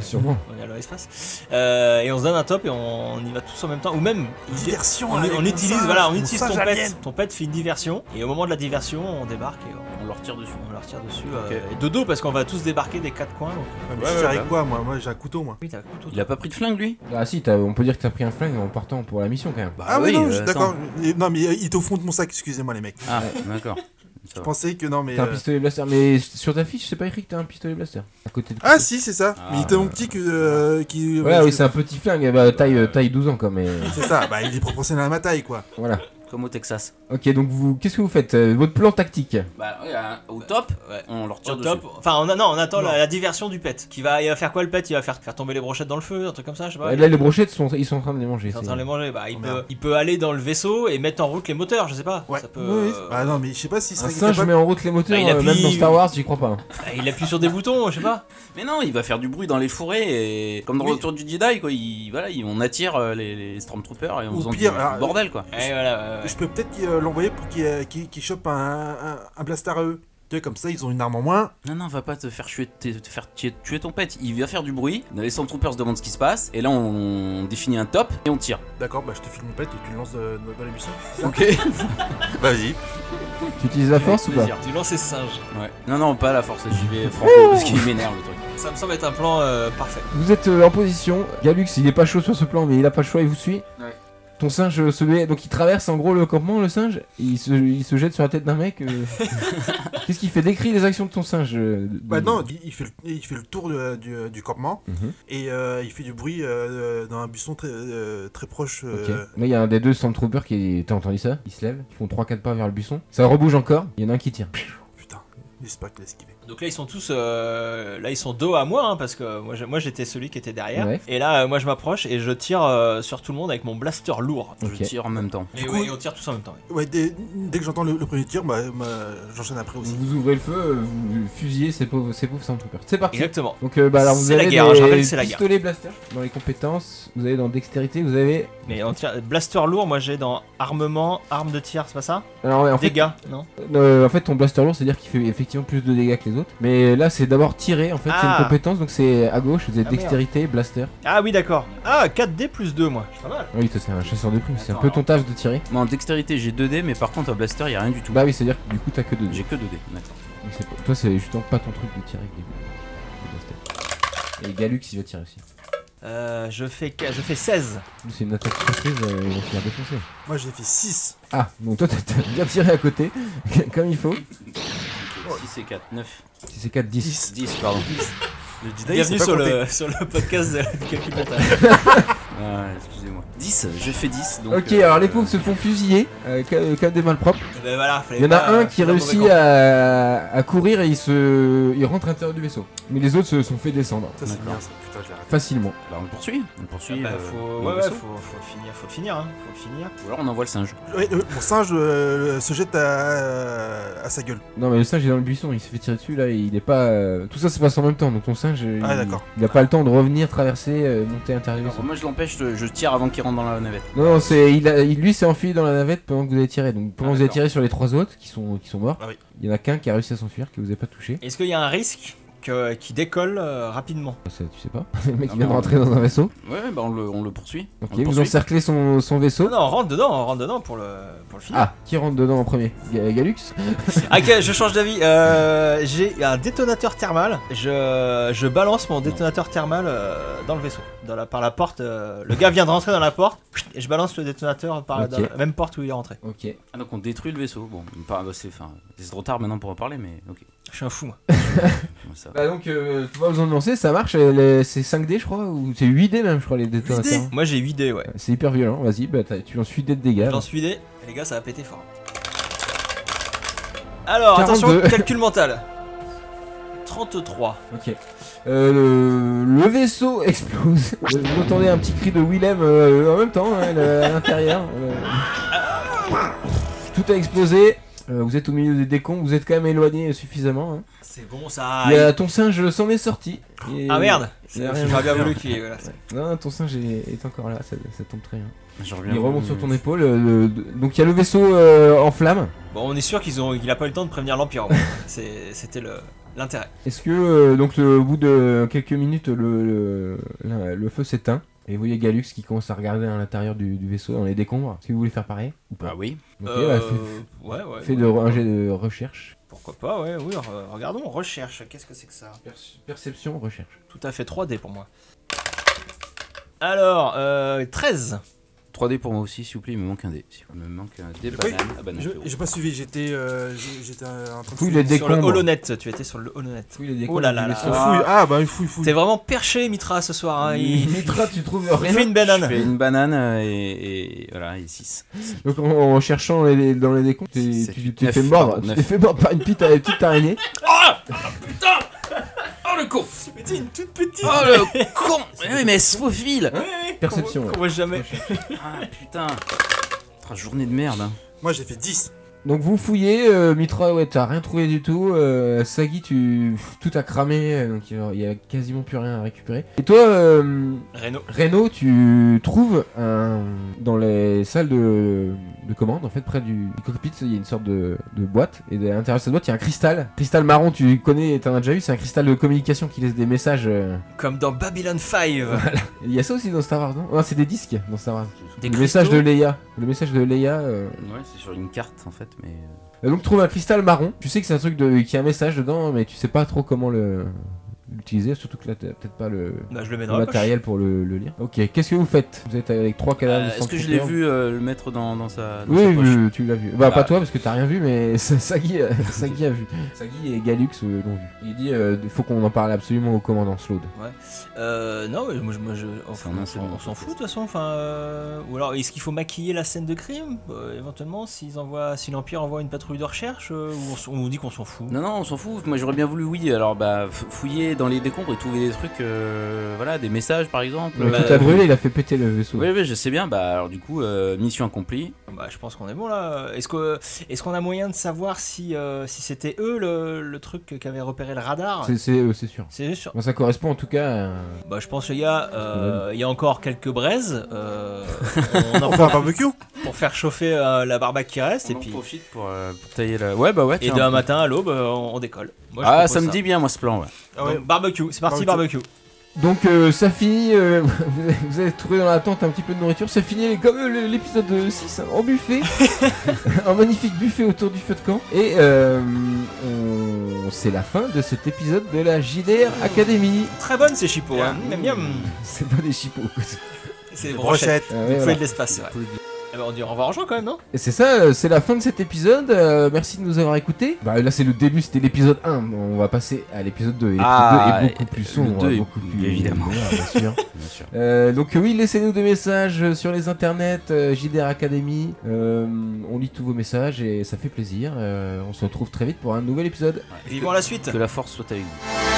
Speaker 1: *laughs* Sûrement.
Speaker 4: *laughs* On est à l'espace. Euh, et on se donne un top et on, y va tous en même temps. Ou même,
Speaker 3: Diversion
Speaker 4: on,
Speaker 3: avec
Speaker 4: on
Speaker 3: mon
Speaker 4: utilise,
Speaker 3: singe,
Speaker 4: voilà, on
Speaker 3: mon
Speaker 4: utilise
Speaker 3: singe
Speaker 4: ton
Speaker 3: alien.
Speaker 4: pet. Ton pet fait une diversion. Et au moment de la diversion, on débarque et on-
Speaker 2: On leur tire dessus.
Speaker 4: on leur tire dessus. euh, et de dos, parce qu'on va tous débarquer des quatre coins. donc-
Speaker 3: Ouais, mais
Speaker 2: Ouais,
Speaker 3: si
Speaker 2: ouais,
Speaker 3: j'arrive
Speaker 2: ouais.
Speaker 3: quoi, moi Moi, j'ai un couteau, moi.
Speaker 4: Oui, t'as un couteau,
Speaker 2: Il a pas pris de flingue lui
Speaker 1: Ah si, t'as- on peut dire que t'as pris un flingue en partant pour la mission quand même.
Speaker 2: Bah
Speaker 3: Ah, oui, non,
Speaker 2: euh,
Speaker 3: je suis
Speaker 2: attends.
Speaker 3: d'accord. Et- Non, mais euh, il est au fond de mon sac, excusez-moi, les mecs.
Speaker 2: Ah,
Speaker 3: *laughs*
Speaker 2: d'accord. Ça
Speaker 3: Je
Speaker 2: va.
Speaker 3: pensais que non, mais...
Speaker 1: T'as un
Speaker 3: euh,
Speaker 1: pistolet blaster, mais sur ta fiche, c'est pas écrit que t'as un pistolet blaster. À côté de...
Speaker 3: Ah si, c'est ça.
Speaker 2: Ah,
Speaker 3: mais il est tellement petit que... euh, qu'il-
Speaker 1: Ouais,
Speaker 3: je-
Speaker 1: oui, c'est un petit flingue, bah, taille, euh, taille 12 ans quoi, *laughs* mais euh,
Speaker 3: C'est ça, bah il est proportionnel à ma taille, quoi.
Speaker 1: voilà.
Speaker 2: Comme au Texas.
Speaker 1: Ok, donc vous, qu'est-ce que vous faites Euh, Votre plan tactique
Speaker 2: Bah, ouais, hein, au top,
Speaker 4: Ouais.
Speaker 2: on leur
Speaker 4: Au
Speaker 2: tire
Speaker 4: top.
Speaker 2: dessus.
Speaker 4: Enfin, on a- non, on attend
Speaker 3: Non.
Speaker 4: La, la diversion du pet. Qui va, il va faire quoi le pet Il va faire, faire tomber les brochettes dans le feu, un truc comme ça, je sais pas.
Speaker 1: Ouais, Là, les brochettes, sont, ils sont en train de les manger.
Speaker 4: Il est en train de les manger. Bah, il,
Speaker 3: Oh,
Speaker 4: peut,
Speaker 3: merde.
Speaker 4: il peut aller dans le vaisseau et mettre en route les moteurs, je sais pas.
Speaker 3: Ouais.
Speaker 4: Ça peut,
Speaker 3: Oui, oui.
Speaker 4: euh,
Speaker 3: Bah non, mais je sais pas si
Speaker 1: Un
Speaker 3: serait
Speaker 1: singe
Speaker 3: capable...
Speaker 1: met en route les moteurs,
Speaker 4: Bah, il
Speaker 1: euh,
Speaker 4: appuie-
Speaker 1: même dans Star Wars, j'y crois pas. hein.
Speaker 4: bah, il appuie sur des boutons, je sais
Speaker 3: *laughs*
Speaker 4: pas.
Speaker 2: Mais non, il va faire du bruit dans les forêts et comme dans
Speaker 3: Oui.
Speaker 2: le retour du Jedi quoi, il, voilà, il- on attire euh, les, les Stormtroopers et on
Speaker 3: Ou
Speaker 2: faisant du-
Speaker 3: pire,
Speaker 2: du,
Speaker 3: alors, euh,
Speaker 2: bordel quoi.
Speaker 4: Et voilà, ouais, ouais.
Speaker 3: Je peux peut-être euh, l'envoyer pour qu'il euh, qu'il- qu'il chope un, un, un blaster à eux. Tu vois, comme ça, ils ont une arme en moins.
Speaker 2: Non non, va pas te faire tuer te te faire tuer, tuer ton pet, il va faire du bruit. Les Stormtroopers se demandent ce qui se passe et là on, définit un top et on tire.
Speaker 3: D'accord, bah je te filme mon pet et tu le lances euh, dans la mission.
Speaker 2: OK.
Speaker 3: Vas-y.
Speaker 1: Tu utilises la force ou pas
Speaker 2: plaisir.
Speaker 4: Du lancer singe.
Speaker 2: Ouais. Non, non, pas la force, j'y vais franco parce qu'il m'énerve le truc.
Speaker 4: Ça me semble être un plan euh, parfait.
Speaker 1: Vous êtes euh, en position. Galux, il est pas chaud sur ce plan, mais il a pas le choix, il vous suit.
Speaker 2: Ouais.
Speaker 1: Ton singe euh, se met. Donc il traverse en gros le campement, le singe. et il, se, il se jette sur la tête d'un mec.
Speaker 4: *laughs*
Speaker 1: euh. Qu'est-ce qu'il fait Décris les actions de ton singe. euh, de-
Speaker 3: Bah non, il il fait le, il fait le tour de- du, euh, du campement
Speaker 1: Mhm.
Speaker 3: et euh, il fait du bruit euh, dans un buisson très, euh, très proche.
Speaker 1: Ok.
Speaker 3: euh,
Speaker 1: Là, il y a un des deux Stormtroopers qui est. T'as entendu ça Ils se lèvent, ils font 3-4 pas vers le buisson. Ça rebouge encore, il y en a un qui tire.
Speaker 3: Putain, j'espère qu'il a esquivé.
Speaker 4: Donc là ils sont tous, euh, là ils sont dos à moi hein, parce que moi j'ai- moi, j'étais celui qui était derrière.
Speaker 1: Ouais.
Speaker 4: Et là euh, moi je m'approche et je tire euh, sur tout le monde avec mon blaster lourd.
Speaker 1: Ok.
Speaker 2: Je tire en même temps.
Speaker 4: Et,
Speaker 3: coup-
Speaker 4: ouais, et on tire tous en même temps.
Speaker 3: Ouais, dès, dès que j'entends le, le premier tir, bah, bah, j'enchaîne après aussi.
Speaker 1: Vous ouvrez le feu, euh, vous fusillez ces pauvres, ces pauvres Stormtroopers. C'est parti
Speaker 4: Exactement.
Speaker 1: Donc euh, bah alors vous
Speaker 4: C'est la
Speaker 1: avez
Speaker 4: guerre, hein,
Speaker 1: des
Speaker 4: je rappelle, c'est la guerre.
Speaker 1: pistolets blaster dans les compétences, vous avez dans dextérité, vous avez
Speaker 4: Mais on tire blaster lourd moi j'ai dans armement, arme de tir, c'est pas ça
Speaker 1: alors ouais, en fait,
Speaker 4: Dégâts, non
Speaker 1: euh, en fait ton blaster lourd c'est à dire qu'il fait effectivement plus de dégâts que les autres mais là c'est d'abord tirer en fait c'est
Speaker 4: Ah.
Speaker 1: une compétence donc c'est à gauche vous avez
Speaker 4: Ah,
Speaker 1: dextérité blaster
Speaker 4: Ah oui d'accord. Ah 4D plus 2 moi. C'est pas mal.
Speaker 1: oui toi c'est un chasseur de primes c'est un
Speaker 2: Attends,
Speaker 1: peu ton taf de tirer
Speaker 2: Moi en dextérité j'ai 2D, mais par contre en blaster y a rien du tout.
Speaker 1: bah oui c'est à dire que du coup t'as que deux dés.
Speaker 2: J'ai que 2D. D'accord.
Speaker 1: Donc, c'est pas- toi c'est justement pas ton truc de tirer avec des blaster et Galux il va tirer aussi
Speaker 4: Euh, je fais qu- je fais 16.
Speaker 1: Lui, c'est une attaque surprise euh, ils vont se faire défoncer
Speaker 3: Moi j'ai fait 6.
Speaker 1: ah donc toi t'as t'as bien tiré à côté *laughs* comme il
Speaker 4: Oh.
Speaker 1: faut
Speaker 2: 6 et 4, 9.
Speaker 1: si c'est 4 10
Speaker 2: 10, pardon.
Speaker 4: Bienvenue sur le, sur le podcast de- du *laughs* calculateur.
Speaker 2: Ouais, Ah, excusez-moi. 10, je fais 10. Donc,
Speaker 1: Ok,
Speaker 2: euh,
Speaker 1: alors les pauvres se font fusiller euh, comme, comme des malpropres.
Speaker 4: ben voilà, fallait
Speaker 1: Il y en a
Speaker 4: pas, euh,
Speaker 1: un qui
Speaker 4: faire
Speaker 1: réussit
Speaker 4: mauvais camp.
Speaker 1: à, à courir et il, se, il rentre à l'intérieur du vaisseau. Mais les autres se sont fait descendre
Speaker 3: Ça c'est
Speaker 2: D'accord.
Speaker 3: bien ça. Putain, je l'ai raté.
Speaker 1: facilement.
Speaker 2: Bah, on le poursuit. On le
Speaker 4: Ah
Speaker 2: poursuit.
Speaker 4: bah,
Speaker 2: euh,
Speaker 4: faut,
Speaker 2: dans
Speaker 4: ouais,
Speaker 2: le
Speaker 4: ouais,
Speaker 2: vaisseau.
Speaker 4: faut, faut le finir, faut le finir, hein, faut le finir.
Speaker 2: Ou alors on envoie le singe.
Speaker 3: Ouais, euh, mon singe euh, se jette à, à sa gueule.
Speaker 1: Non, mais le singe est dans le buisson, il s'est fait tirer dessus là, et il est pas. euh, Tout ça se passe en même temps, donc ton singe. euh,
Speaker 3: Ah,
Speaker 1: il-
Speaker 3: d'accord.
Speaker 1: Il a pas le temps de revenir, traverser, euh, monter à l'intérieur du
Speaker 2: Alors,
Speaker 1: vaisseau.
Speaker 2: moi je l'empêche, je je tire avant qu'il rentre dans la navette.
Speaker 1: Non, non, c'est, il a- il- lui s'est enfui dans la navette pendant que vous avez tiré. Donc pendant
Speaker 2: Ah,
Speaker 1: que vous avez
Speaker 2: d'accord.
Speaker 1: tiré sur les trois autres qui sont, qui sont morts,
Speaker 3: Ah oui.
Speaker 1: il y en a qu'un qui a réussi à s'enfuir, que vous avez pas touché.
Speaker 4: Est-ce qu'il y a un risque que, qui décolle euh, rapidement
Speaker 1: Ça, tu sais pas. *laughs* le mec
Speaker 2: Ah,
Speaker 1: il vient de
Speaker 2: non.
Speaker 1: rentrer dans un vaisseau.
Speaker 2: Ouais, bah on le, on le poursuit.
Speaker 1: Ok,
Speaker 2: on le
Speaker 1: vous
Speaker 2: poursuit.
Speaker 1: encerclez son, son vaisseau.
Speaker 4: Non, non, on rentre dedans, on rentre dedans pour le, pour le finir.
Speaker 1: Ah, qui rentre dedans en premier Ga- Galux
Speaker 4: Ah, ok, je change d'avis. Euh, J'ai un détonateur thermal. Je, je balance mon détonateur thermal euh, dans le vaisseau, dans la, par la porte. euh, le gars vient de rentrer dans la porte et je balance le détonateur par
Speaker 1: Ok.
Speaker 4: dans la même porte où il est rentré.
Speaker 1: Ok.
Speaker 2: Ah, donc on détruit le vaisseau. Bon, pas- bah, c'est enfin, c'est trop tard maintenant pour en parler, mais ok.
Speaker 4: Je suis un fou. moi.
Speaker 2: Ouais, ça va.
Speaker 1: Bah donc, euh, pas besoin de lancer, ça marche, elle est- c'est 5D je crois, ou c'est 8D même je crois les détonateurs.
Speaker 4: Moi j'ai 8 dés, ouais.
Speaker 1: C'est hyper violent, vas-y, bah, t'as- tu lances 8D de dégâts.
Speaker 4: J'en suis dé. Les gars, ça va péter fort. Alors,
Speaker 1: 42.
Speaker 4: attention, calcul mental. 33.
Speaker 1: Ok. Euh, le... le vaisseau *laughs* explose. Vous entendez un petit cri de Willem euh, en même temps, hein, le- à l'intérieur. euh. Tout a explosé. Euh, vous êtes au milieu des décombres, vous êtes quand même éloigné suffisamment. hein.
Speaker 4: C'est bon ça.
Speaker 1: Il y a ton singe s'en est sorti. Et-
Speaker 4: Ah merde.
Speaker 1: il y a rien
Speaker 4: J'aurais bien
Speaker 1: à faire.
Speaker 4: voulu qu'il y ait- voilà.
Speaker 1: Non, ton singe est, est encore là, ça, ça tombe très bien.
Speaker 2: Je reviens-
Speaker 1: Il remonte sur ton épaule. euh, le- Donc il y a le vaisseau euh, en flamme.
Speaker 4: Bon, on est sûr qu'ils ont, qu'il a pas eu le temps de prévenir l'Empire. C'est- C'était le l'intérêt.
Speaker 1: Est-ce que, euh, donc, le- au bout de quelques minutes, le, le, la- le feu s'éteint et vous voyez Galux qui commence à regarder à l'intérieur du, du vaisseau dans les décombres. Est-ce que vous voulez faire pareil ou pas
Speaker 2: Bah oui.
Speaker 1: Ok,
Speaker 4: Euh,
Speaker 1: bah, fais,
Speaker 4: ouais, ouais.
Speaker 1: fais
Speaker 4: ouais.
Speaker 1: de, un jet de recherche.
Speaker 4: Pourquoi pas, ouais, oui. re- Regardons, recherche. Qu'est-ce que c'est que ça
Speaker 1: perception, recherche.
Speaker 4: Tout à fait 3D pour moi. Alors, euh, 13.
Speaker 2: 3D pour moi aussi, s'il vous plaît, il me manque un dé. S'il vous plaît, Il me manque un dé
Speaker 3: Oui,
Speaker 2: banane. Ah, banane,
Speaker 3: je-
Speaker 2: frérot.
Speaker 3: J'ai pas suivi, j'étais euh, j'ai- j'étais, euh, en train de
Speaker 1: Fouille
Speaker 3: fouiller.
Speaker 1: les
Speaker 4: Sur le
Speaker 1: décombres.
Speaker 4: holonet, tu étais sur le holonet.
Speaker 1: Fouille les décombres
Speaker 4: Oh là
Speaker 1: du
Speaker 4: là là.
Speaker 1: vaisseau.
Speaker 3: On fouille. Ah bah il fouille, fouille.
Speaker 4: T'es vraiment perché, Mitra, ce soir. hein,
Speaker 1: Il-
Speaker 4: Il,
Speaker 1: Mitra, tu trouves
Speaker 4: il fait
Speaker 1: rien.
Speaker 4: une
Speaker 2: Je
Speaker 4: banane.
Speaker 2: fais une banane euh, et, et voilà, et 6.
Speaker 1: Donc en, en cherchant les- les- dans les décombres, t'es-
Speaker 2: Six, sept,
Speaker 1: tu
Speaker 2: huit,
Speaker 1: t'es
Speaker 2: neuf,
Speaker 1: fait mordre.
Speaker 2: pardon,
Speaker 1: Tu t'es fait mordre par une petite, une petite
Speaker 4: *laughs*
Speaker 1: araignée.
Speaker 2: Oh le con
Speaker 4: Mais t'es une toute petite.
Speaker 2: Oh le con Mais oui, mais elle se faufile
Speaker 1: Perception,
Speaker 4: Qu'on
Speaker 1: ouais.
Speaker 4: qu'on voit jamais.
Speaker 2: Ah putain Tra, Journée de merde. hein.
Speaker 3: Moi j'ai fait 10.
Speaker 1: Donc vous fouillez, euh, Mitra, ouais, t'as rien trouvé du tout. euh, Sagi, tu pff, tout a cramé, euh, donc il y a quasiment plus rien à récupérer. Et toi, euh,
Speaker 4: Renault.
Speaker 1: Reno, tu trouves un- dans les salles de, de commande, en fait, près du, du cockpit, il y a une sorte de, de boîte. Et à l'intérieur de cette boîte, il y a un cristal. Cristal marron, tu connais, t'en as déjà vu, c'est un cristal de communication qui laisse des messages. euh.
Speaker 4: Comme dans Babylon 5.
Speaker 1: Il y a ça aussi dans Star Wars, non Non, c'est des disques dans Star Wars.
Speaker 2: Des
Speaker 1: le message de
Speaker 2: cristaux
Speaker 1: Leia. Le message de Leia. euh,
Speaker 2: Ouais, c'est sur une carte en fait, mais. euh,
Speaker 1: Euh, Donc trouve un cristal marron. Tu sais que c'est un truc de... qui a un message dedans, mais tu sais pas trop comment le l'utiliser. Surtout que là, t'as peut-être pas le,
Speaker 4: Bah, je le mets
Speaker 1: le
Speaker 4: dans la poche.
Speaker 1: matériel pour le, le lire. Ok, qu'est-ce que vous faites Vous êtes avec trois cadavres.
Speaker 2: Euh,
Speaker 1: de
Speaker 2: Est-ce que je l'ai
Speaker 1: centenaires.
Speaker 2: vu euh, le mettre dans, dans sa, dans
Speaker 1: Oui,
Speaker 2: sa
Speaker 1: oui,
Speaker 2: poche
Speaker 1: oui, tu l'as vu. Bah, pas
Speaker 2: Bah.
Speaker 1: toi parce que t'as rien vu, mais *laughs* ça- Sagi, euh, Sagi a vu. Sagi et Galux euh, l'ont vu. Il dit euh, faut qu'on en parle absolument au commandant Slode.
Speaker 4: Euh, non, mais moi, je- moi, je, enfin,
Speaker 2: un
Speaker 4: on s'en-
Speaker 2: instrument,
Speaker 4: on s'en
Speaker 2: peut-être.
Speaker 4: fout de toute façon. Enfin, euh, ou alors, est-ce qu'il faut maquiller la scène de crime Euh, Éventuellement, s'ils envoient, si l'Empire envoie une patrouille de recherche, euh, ou on s- on, nous dit qu'on s'en fout.
Speaker 2: Non, non, on s'en fout. Moi, j'aurais bien voulu, oui. Alors, bah, f- fouiller dans les décombres et trouver des trucs, euh, voilà, des messages, par exemple.
Speaker 1: Mais
Speaker 2: Bah,
Speaker 1: tout a brûlé, il a fait péter le vaisseau.
Speaker 2: Oui, oui, je sais bien. Bah, alors, du coup, euh, mission accomplie.
Speaker 4: Bah, je pense qu'on est bon là. Est-ce que, est-ce qu'on a moyen de savoir si, euh, si c'était eux le, le truc qu'avait repéré le radar
Speaker 1: C'est- C'est euh, c'est sûr.
Speaker 4: C'est sûr.
Speaker 1: Bon, ça correspond en tout cas. à-
Speaker 4: Bah, je pense les gars, euh, il y a encore quelques braises. euh, on en
Speaker 3: On fait
Speaker 4: prend
Speaker 3: un barbecue
Speaker 4: pour faire chauffer euh, la barbaque qui reste
Speaker 2: On
Speaker 4: et
Speaker 2: en
Speaker 4: puis.
Speaker 2: profite pour, euh, pour tailler la. Ouais, bah ouais.
Speaker 4: Et
Speaker 2: tiens.
Speaker 4: d'un matin à l'aube, euh, on on décolle. Moi, je
Speaker 2: Ah,
Speaker 4: propose
Speaker 2: ça me dit bien, moi, ce plan, ouais.
Speaker 3: Ah ouais.
Speaker 4: Donc, barbecue, c'est parti barbecue.
Speaker 3: Barbecue.
Speaker 1: Donc euh, ça finit, euh, *laughs* vous, avez, vous avez trouvé dans la tente un petit peu de nourriture, ça finit comme euh, le- l'épisode 6 hein, en *laughs* buffet, un magnifique buffet autour du feu de camp. Et euh, on- c'est la fin de cet épisode de la JDR Academy.
Speaker 4: Très bonne ces chipots, hein.
Speaker 2: Mm.
Speaker 4: Miam, miam.
Speaker 1: *laughs* C'est pas des chipots. quoi.
Speaker 4: C'est des brochettes.
Speaker 3: Brochette.
Speaker 1: Ah ouais,
Speaker 4: Vous
Speaker 1: voilà.
Speaker 4: de l'espace, c'est vrai. Eh ben, on dit au revoir aux gens quand même, non
Speaker 1: Et c'est ça, euh, c'est la fin de cet épisode. euh, merci de nous avoir écoutés. Bah là c'est le début, c'était l'épisode 1. On va passer à l'épisode 2. Et l'épisode
Speaker 2: Ah,
Speaker 1: 2 est beaucoup plus
Speaker 2: le
Speaker 1: sombre, hein,
Speaker 2: 2 est-
Speaker 1: beaucoup plus
Speaker 2: évidemment.
Speaker 1: Voilà, *laughs* bien sûr.
Speaker 2: Bien sûr.
Speaker 1: Euh, donc euh, oui, laissez-nous des messages euh, sur les internets, euh, JDR Academy. Euh, on lit tous vos messages et ça fait plaisir. Euh, on se retrouve très vite pour un nouvel épisode.
Speaker 4: Vivons la suite
Speaker 2: Que la force soit avec vous.